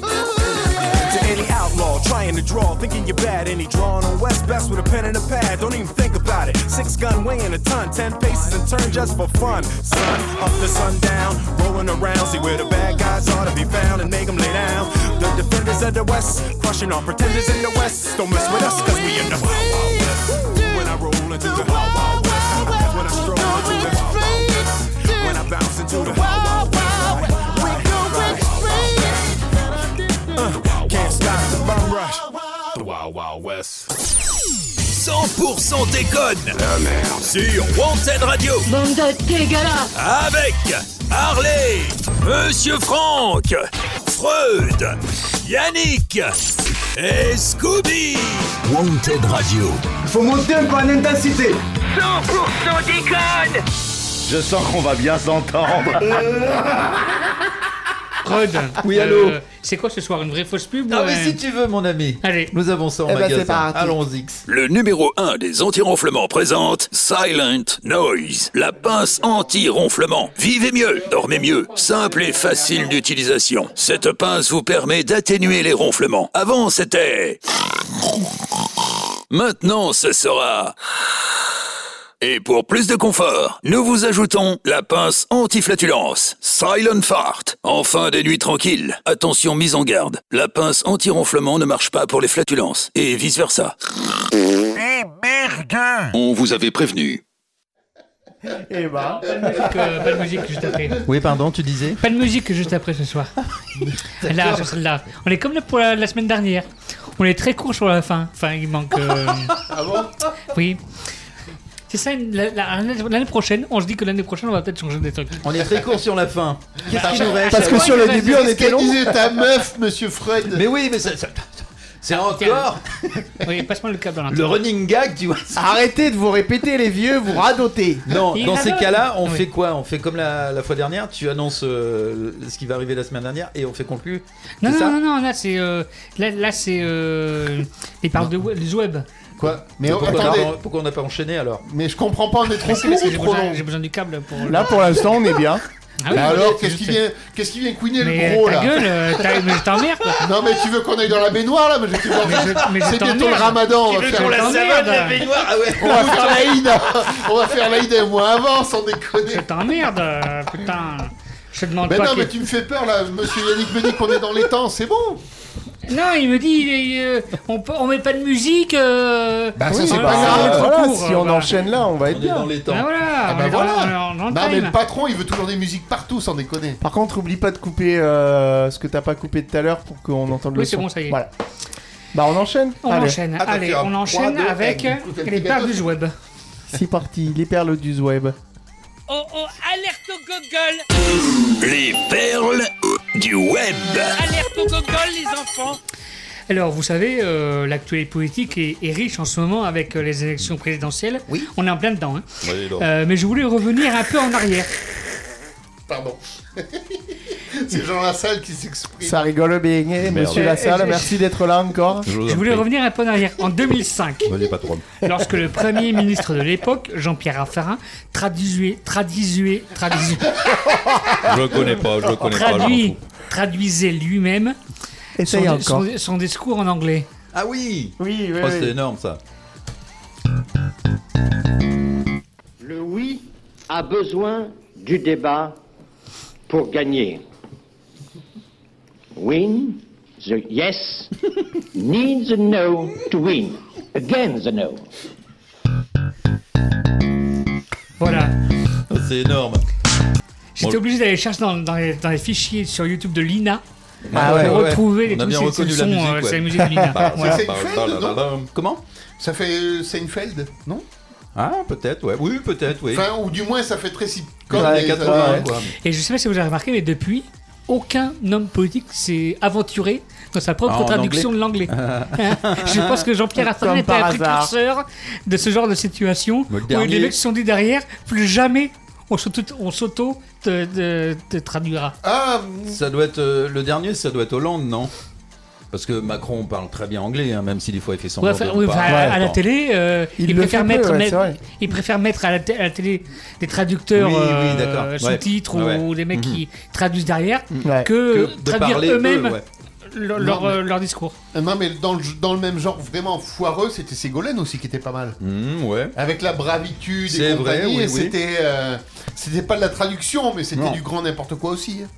To any outlaw trying to draw, thinking you're bad, any drawing on West Best with a pen and a pad. Don't even think about it. Six gun weighing a ton, ten paces and turn just for fun. Sun up to sundown, rolling around, see where the bad guys ought to be found and make 'em lay down. The defenders of the West, crushing all pretenders in the West. Don't mess with us, cause we in the Wild Wild West. When I roll into the Wild Wild West, when I stroll into the Wild Wild West, when I bounce into the Wild Wild West, we're going uh, can't stop the bum rush. The Wild Wild West. 100% déconne. La merde. Sur Wanted Radio. Bande de dégueulasse Avec Harley, Monsieur Franck, Freud, Yannick et Scooby. Wanted Radio. Faut monter un peu en intensité. 100% déconne Je sens qu'on va bien s'entendre. Rod. euh, Oui, allô C'est quoi ce soir Une vraie fausse pub Ah, ou mais un- si tu veux, mon ami. Allez. Nous avons ça en Eh ben, magasin. c'est parti. Allons-y. Le numéro 1 des anti-ronflements présente Silent Noise, la pince anti-ronflement. Vivez mieux, dormez mieux, simple et facile d'utilisation. Cette pince vous permet d'atténuer les ronflements. Avant, c'était... Maintenant, ce sera... Et pour plus de confort, nous vous ajoutons la pince anti-flatulence, Silent Fart. Enfin des nuits tranquilles. Attention mise en garde. La pince anti-ronflement ne marche pas pour les flatulences et vice versa. Eh merde On vous avait prévenu. Et bah. Euh, pas de musique juste après. Oui, pardon, tu disais Pas de musique juste après ce (laughs) soir. là, sur celle-là. On est comme pour la, la semaine dernière. On est très court sur la fin. Enfin, il manque. euh, Oui. C'est ça, une- la- la- l'année l'année prochaine, on se dit que l'année prochaine, on va peut-être changer des trucs. On est très court sur la fin. Qu'est-ce qu'il nous reste Parce que sur le début, on était long. disait ta meuf, monsieur Freud. Mais oui, mais ça- ça- c'est encore Oui, passe-moi le câble dans le running gag, tu vois. Arrêtez de vous répéter, les vieux, vous radotez. Non, dans ces cas-là, on Oui. fait quoi On fait comme la, la fois dernière, tu annonces euh, ce qui va arriver la semaine dernière et on fait conclure. Non, non, C'est ça non, non, là, c'est. euh, là, là, c'est. Euh, les paroles de we- les web. Quoi Mais oh, on pourquoi, on a pas- pourquoi on n'a pas enchaîné alors Mais je comprends pas, on est trop court ou J'ai trop besoin, long j'ai besoin du câble pour. Là, pour l'instant, on est bien. Ah oui, Bah oui, alors, oui, qu'est-ce je qui sais. vient, qu'est-ce qui vient couiner Mais le gros ta là gueule, euh, t'as- mais je t'emmerde Non, mais tu veux qu'on aille dans la baignoire là Mais je vais te voir. Mais je- mais je C'est bientôt le t'emmerde. ramadan. Tu on va veux faire- qu'on la Je savane, la t'emmerde. baignoire Ah ouais. On va faire l'Aïd On va faire l'Aïd un mois avant, sans déconner. Je t'emmerde, euh, putain. Je te demande Mais pas. non, que- mais tu me fais peur là, monsieur Yannick me dit qu'on est dans les temps, c'est bon Non, il me dit, il est, euh, on, peut- on met pas de musique. euh, Oui, on- bah, on- on est trop voilà, court, si euh, on voilà. enchaîne là, on va être bien. Ah, voilà, Ah bah on est dans- voilà. on est dans- dans le Non, mais time. le patron, il veut toujours des musiques partout, sans déconner. Par contre, oublie pas de couper euh, ce que t'as pas coupé tout à l'heure pour qu'on entende le Oui, son. c'est bon, ça y est. Voilà. Bah, on enchaîne. On Allez. enchaîne. Allez, on enchaîne trois, deux, avec un, coupe le les petit perles gâteau. du web. C'est parti, les perles du web. Oh oh, alerte au Google Les perles du web. Alerte au Google, les enfants Alors, vous savez, euh, l'actualité politique est, est riche en ce moment avec euh, les élections présidentielles. Oui. On est en plein dedans. hein. Oui, non. Euh, mais je voulais revenir un peu en arrière. Pardon. (laughs) C'est Jean Lassalle qui s'exprime. Ça rigole bien, eh, monsieur Eh, Lassalle, eh, merci d'être là encore. Je voulais revenir un peu en arrière. En 2005, lorsque le premier ministre de l'époque, Jean-Pierre Raffarin, traduisait, traduisait, traduisait, Je le connais pas, je le connais pas. je m'en traduit, fous. traduisait lui-même Essaye son, encore. son- son discours en anglais. Ah oui Oui, Oh, c'est énorme ça. Le oui a besoin du débat pour gagner. Win, the yes needs a no to win. Again the no. Voilà. Oh, C'est énorme. J'étais obligé d'aller chercher dans, dans les, dans les fichiers sur YouTube de Lina. Ah pour ouais, ouais. retrouver les On a trucs, bien c'est- reconnu c'est la le son, musique, euh, ouais. c'est la (laughs) musique de Lina. Bah, Voilà. c'est Seinfeld, non Comment Ça fait euh, Seinfeld, non Ah, peut-être, ouais. Oui, peut-être, oui. Enfin, ou du moins, ça fait très si. Comme Ouais, les euh, 80, quoi. Et je sais pas si vous avez remarqué, mais depuis, aucun homme politique s'est aventuré dans sa propre Ah, en traduction de l'anglais. anglais. (laughs) Hein je pense que Jean-Pierre Attal Comme était un par hasard. précurseur de ce genre de situation Mais le où les dernier- mecs se sont dit derrière, plus jamais on s'auto- on s'auto te, te- te traduira. Ah. Ça doit être euh, le dernier, ça doit être Hollande, non Parce que Macron parle très bien anglais, hein, même si des fois il fait semblant Ouais, de enfin, ne oui, pas. enfin, à, à la télé, euh, Il il, le préfère fait peu, mettre, ouais, mettre- c'est vrai. il préfère mettre à la, té- à la télé des traducteurs Oui, oui, euh, d'accord, ouais. sous-titres Ouais. ou des mecs Mhm. qui traduisent derrière Ouais. que, Que de traduire parler eux-mêmes eux, ouais. leur, Non, leur, mais- euh, leur discours. Euh, Non, mais dans le, dans le même genre vraiment foireux, c'était Ségolène aussi qui était pas mal. Mmh, ouais. Avec la bravitude et C'est vrai, compagnie, oui, et oui. c'était euh, c'était pas de la traduction, mais c'était Non. du grand n'importe quoi aussi. hein.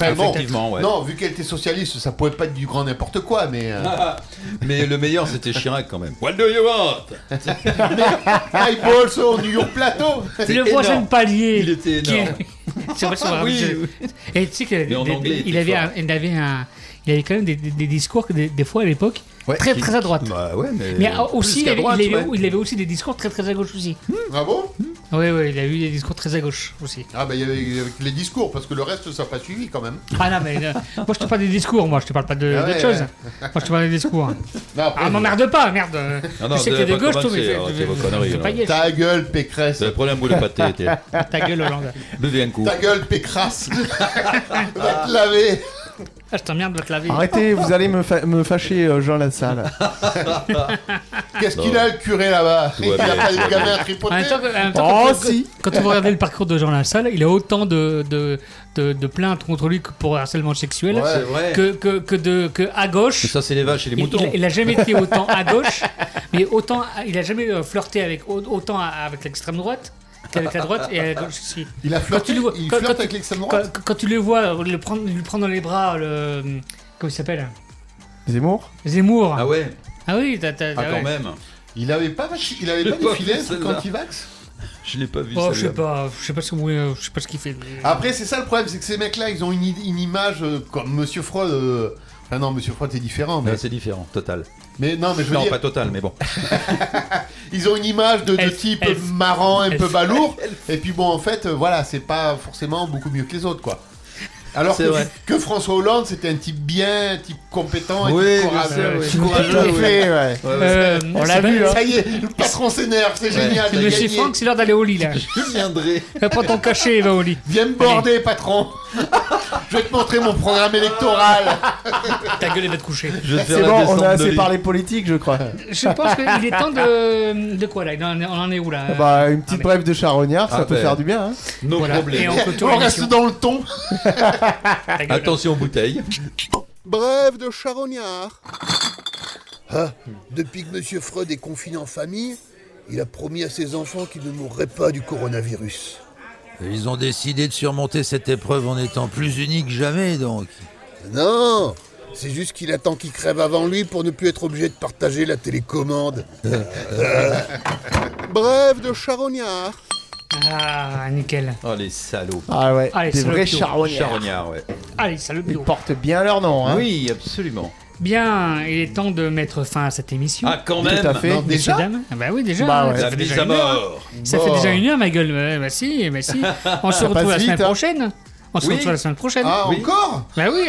Effectivement, bon, ouais. Non, vu qu'elle était socialiste, ça pouvait pas être du grand n'importe quoi, mais. Ah, euh, (laughs) Mais le meilleur, c'était Chirac quand même. What do you (laughs) want Eyeball sur New York Plateau C'est le prochain palier. Il était qui est- énorme. C'est vrai, c'est (laughs) vrai, Oui, je- Et tu sais qu'il avait, Mais en des- anglais, il, il était avait fort. un- il avait un- il avait quand même des, des- des discours que des, des fois à l'époque très qui- bah très à droite. Ah ouais, mais euh, aussi, plus il qu'à avait, droite, il, avait, ouais. Hmm. il avait aussi des discours très très à gauche aussi. Ah bon Oui, oui, il a eu des discours très à gauche aussi. Ah bah il y avait il y avait que les discours, parce que le reste ça n'a pas suivi quand même. Ah non, (laughs) mais euh, moi je te parle des discours, moi je te parle pas de Ah ouais, d'autre chose. ouais. Moi je te parle des discours. après, ah, m'emmerde pas, merde. Ah Non, non, tu sais vous que t'es avez de pas gauche, toi, mais commencé, fais- alors, fais- c'est vos fais conneries, hein. pas alors. gauche. Ta gueule, Pécresse. Le problème, boule de pâté était. (laughs) Ta gueule, Hollande. Buvez un coup. Ta gueule, Pécrasse (laughs) Va te laver Ah, je t'emmerde, va te laver. Arrêtez, vous allez me, fa- me fâcher, euh, Jean Lassalle. Qu'est-ce qu'il a le curé là-bas Il a bien, pas tout va le gamin bien. à tripoter En même temps que- en même temps, Oh, quand, vous- quand vous regardez le parcours de Jean Lassalle, il a autant de, de, de, de plaintes contre lui que pour harcèlement sexuel Ouais, c'est vrai. que, que, que, de, que (laughs) à gauche. Ça, c'est les vaches et les Il- moutons. Il, il a jamais été autant à gauche, mais autant il a jamais euh, flirté avec au- autant à- avec l'extrême droite qu'avec la droite et à la gauche aussi. Il a flirté- Quand tu le vois- il quand- flirte quand- avec l'extrême droite Quand, quand tu le vois euh, le prendre, lui prendre dans les bras le comment il s'appelle Zemmour (laughs) Zemmour. Ah ouais. Ah oui, t'as, t'as- Ah, ouais. quand même. Il avait pas, vachi- il avait Le pas pauvre, défilé un truc celle-là. anti-vax Je l'ai pas vu. Oh, celle-là. je sais pas, je sais pas ce que vous- euh, je sais pas ce qu'il fait. Après, c'est ça le problème, c'est que ces mecs-là, ils ont une, i- une image euh, comme Monsieur Freud. euh, Ah non, Monsieur Freud, c'est différent. Mais... Ah, c'est différent, total. Mais non, mais je veux Non, dire- pas total, mais bon. Ils ont une image de, de type marrant, un peu balourd. Et puis bon, en fait, euh, voilà, c'est pas forcément beaucoup mieux que les autres, quoi. Alors C'est que, vrai. que François Hollande, c'était un type bien, un type compétent, un Oui, type bien sûr, courageux. oui. type courageux, Tout à fait, ouais. ouais. Euh, on l'a Ça y vu, est, hein. Ça y est, le patron s'énerve, c'est génial. t'as Monsieur gagné. Franck, c'est l'heure d'aller au (laughs) lit là. Je viendrai. Prends ton cachet et va au lit. Viens me border, patron. je vais te montrer mon programme électoral. (laughs) Ta gueule, elle va te coucher. C'est bon, on a assez parlé politique, je crois. Je pense qu'il est temps de. De quoi là On en est- on en est où là Bah, une petite brève de charognard, ça Ah peut ben. faire du bien. Hein. Nos Voilà. problèmes. Et on clôture On reste l'émission. dans le ton. Attention aux bouteilles. Bref de charognard. Ah, depuis que Monsieur Freud est confiné en famille, il a promis à ses enfants qu'ils ne mourraient pas du coronavirus. Ils ont décidé de surmonter cette épreuve en étant plus unis que jamais, donc. Non, c'est juste qu'il attend qu'il crève avant lui pour ne plus être obligé de partager la (laughs) télécommande. Bref de charognard. Ah, nickel. Oh, les salauds. Ah ouais, Allez, des salopio. vrais charognards. Charognards, ouais. Allez, salut Ils portent bien leur nom. Hein. Oui, absolument. Bien, il est temps de mettre fin à cette émission. Ah, quand même. Tout à fait. Non, Déjà dames. Ah Bah oui, déjà. Bah hein, ouais. Ça La fait mise déjà à une heure. mort. hein. Ça fait Bon. déjà une heure, ma gueule. Bah, bah si, bah (laughs) si. On se Ça retrouve passe la semaine vite, hein. prochaine. On se Oui. retrouve la semaine prochaine. Ah, Oui. encore Bah oui.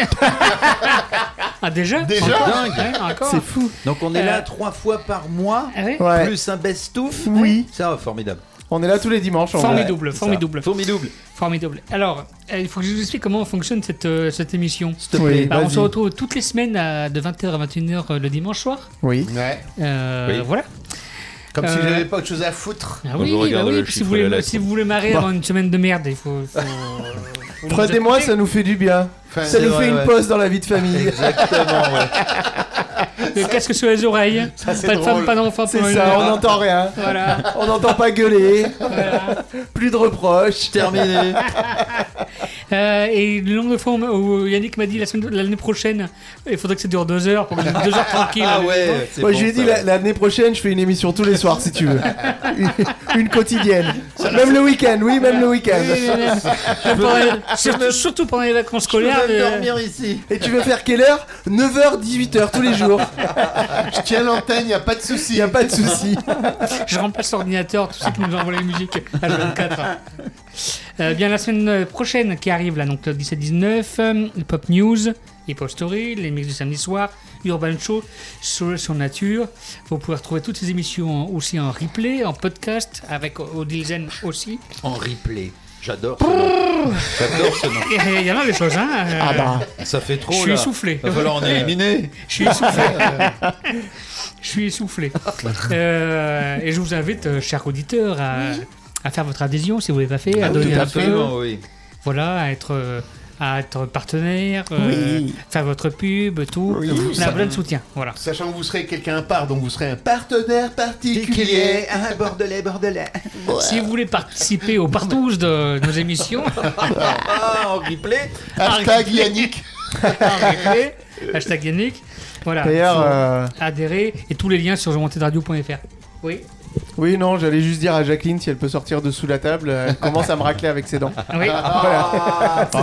(laughs) ah, déjà Déjà Encore Dingue. Ouais, encore. Euh, C'est fou. Donc on est là trois fois par mois. Ouais. Plus un best-off. Oui. Ça, formidable. On est là tous les dimanches. en vrai. Formidable, formidable. Formidable. Formidable. Alors, euh, il faut que je vous explique comment fonctionne cette, euh, cette émission. te plaît, Alors, on vas-y. se retrouve toutes les semaines à- de 20h à 21h euh, le dimanche soir. Oui. Euh, Oui. Voilà. Comme si Euh, j'avais pas autre chose à foutre. Ah oui, bah oui, si, vous voulez, si vous voulez marrer Bah. avant une semaine de merde, il faut. faut- (laughs) faut nous Prenez-moi, écouter. ça nous fait du bien. Enfin, ça c'est nous vrai, fait une ouais. pause dans la vie de famille. Le casque sur les oreilles. Ça, c'est pas de drôle. femme, pas d'enfant. C'est pas- ça, on n'entend rien. Voilà. On n'entend pas gueuler. Plus de reproches. Terminé. (laughs) Euh, et le nombre de fois où- où Yannick m'a dit la semaine- l'année prochaine, il faudrait que ça dure deux heures pour que deux heures tranquilles. hein, Ah ouais, c'est Moi, bon, je lui ai ça, dit ouais. la- l'année prochaine, je fais une émission tous les soirs si tu veux. Une- une quotidienne. Même le week-end, oui, même le week-end. Oui, oui, oui. Pendant les- surtout, surtout pendant les vacances scolaires. euh, ici. Et tu veux faire quelle heure 9h, 18h tous les jours. Je tiens l'antenne, y a pas de souci. Y a pas de souci. Je remplace l'ordinateur, tous ceux qui nous envoient la musique à 24. Euh, bien, la semaine prochaine qui arrive, là, donc le 17-19, euh, Pop News, Hip Hop Story, les mix du samedi soir, Urban Show, Soul sur Nature. Vous pouvez retrouver toutes ces émissions en- aussi en replay, en podcast, avec Odile Zen aussi. En replay. J'adore ce nom. J'adore ce nom. Il y en a des choses, hein euh, Ça fait trop. Je suis là. essoufflé. Euh, Va falloir en éliminer. Euh. Je suis (laughs) essoufflé. je suis essoufflé. Euh, et je vous invite, euh, chers auditeurs, à, à faire votre adhésion si vous ne l'avez pas fait, Ah à oui, donner tout à un fait, peu. bon, oui. Voilà, à être. euh, à être partenaire, euh, Oui. faire votre pub, tout. On a Ça- plein de soutien. Voilà. Sachant que vous serez quelqu'un à part, donc vous serez un partenaire Particulier, particulier. Un bordelais, bordelais. Si vous voulez participer aux partouches de nos émissions, Ah, en replay. Hashtag Yannick. Hashtag (laughs) hashtag Yannick. Voilà. D'ailleurs, Faut euh, adhérer et tous les liens sur radio.fr Oui. Oui, non, j'allais juste dire à Jacqueline si elle peut sortir de sous la table. Elle commence à me racler avec ses dents. Oui. Voilà. Oh. C'est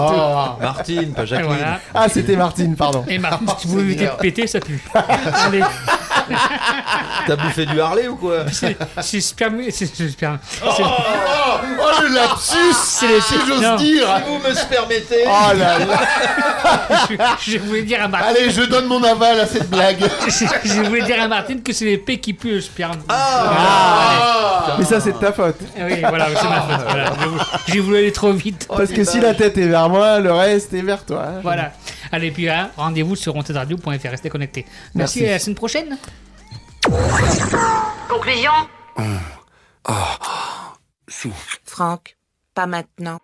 tout. Martine, pas Jacqueline. Et voilà. Ah, c'était Martine, pardon. Et Martin, si tu (laughs) veux éviter de péter, ça pue. Allez. (laughs) T'as bouffé du Harley ou quoi C'est c'est spermi- C'est c'est sperme. Oh, c'est- oh, oh, le lapsus, Ah, si j'ose Non. dire. Si vous me permettez. Oh là là. (laughs) je, je voulais dire à Martine. Allez, je donne mon aval à cette blague. (laughs) je, je voulais dire à Martine que c'est les pets qui puent le sperme. Ah. Mais ça, c'est de ta faute. Ah Oui, voilà, c'est ma faute. voilà. J'ai voulu- J'ai voulu aller trop vite. Parce que si la tête est vers moi, le reste est vers toi. hein. Voilà. Allez, puis hein, rendez-vous sur ontedradio.fr. Restez connectés. Merci, Merci. et à la semaine prochaine. Conclusion Franck, pas maintenant.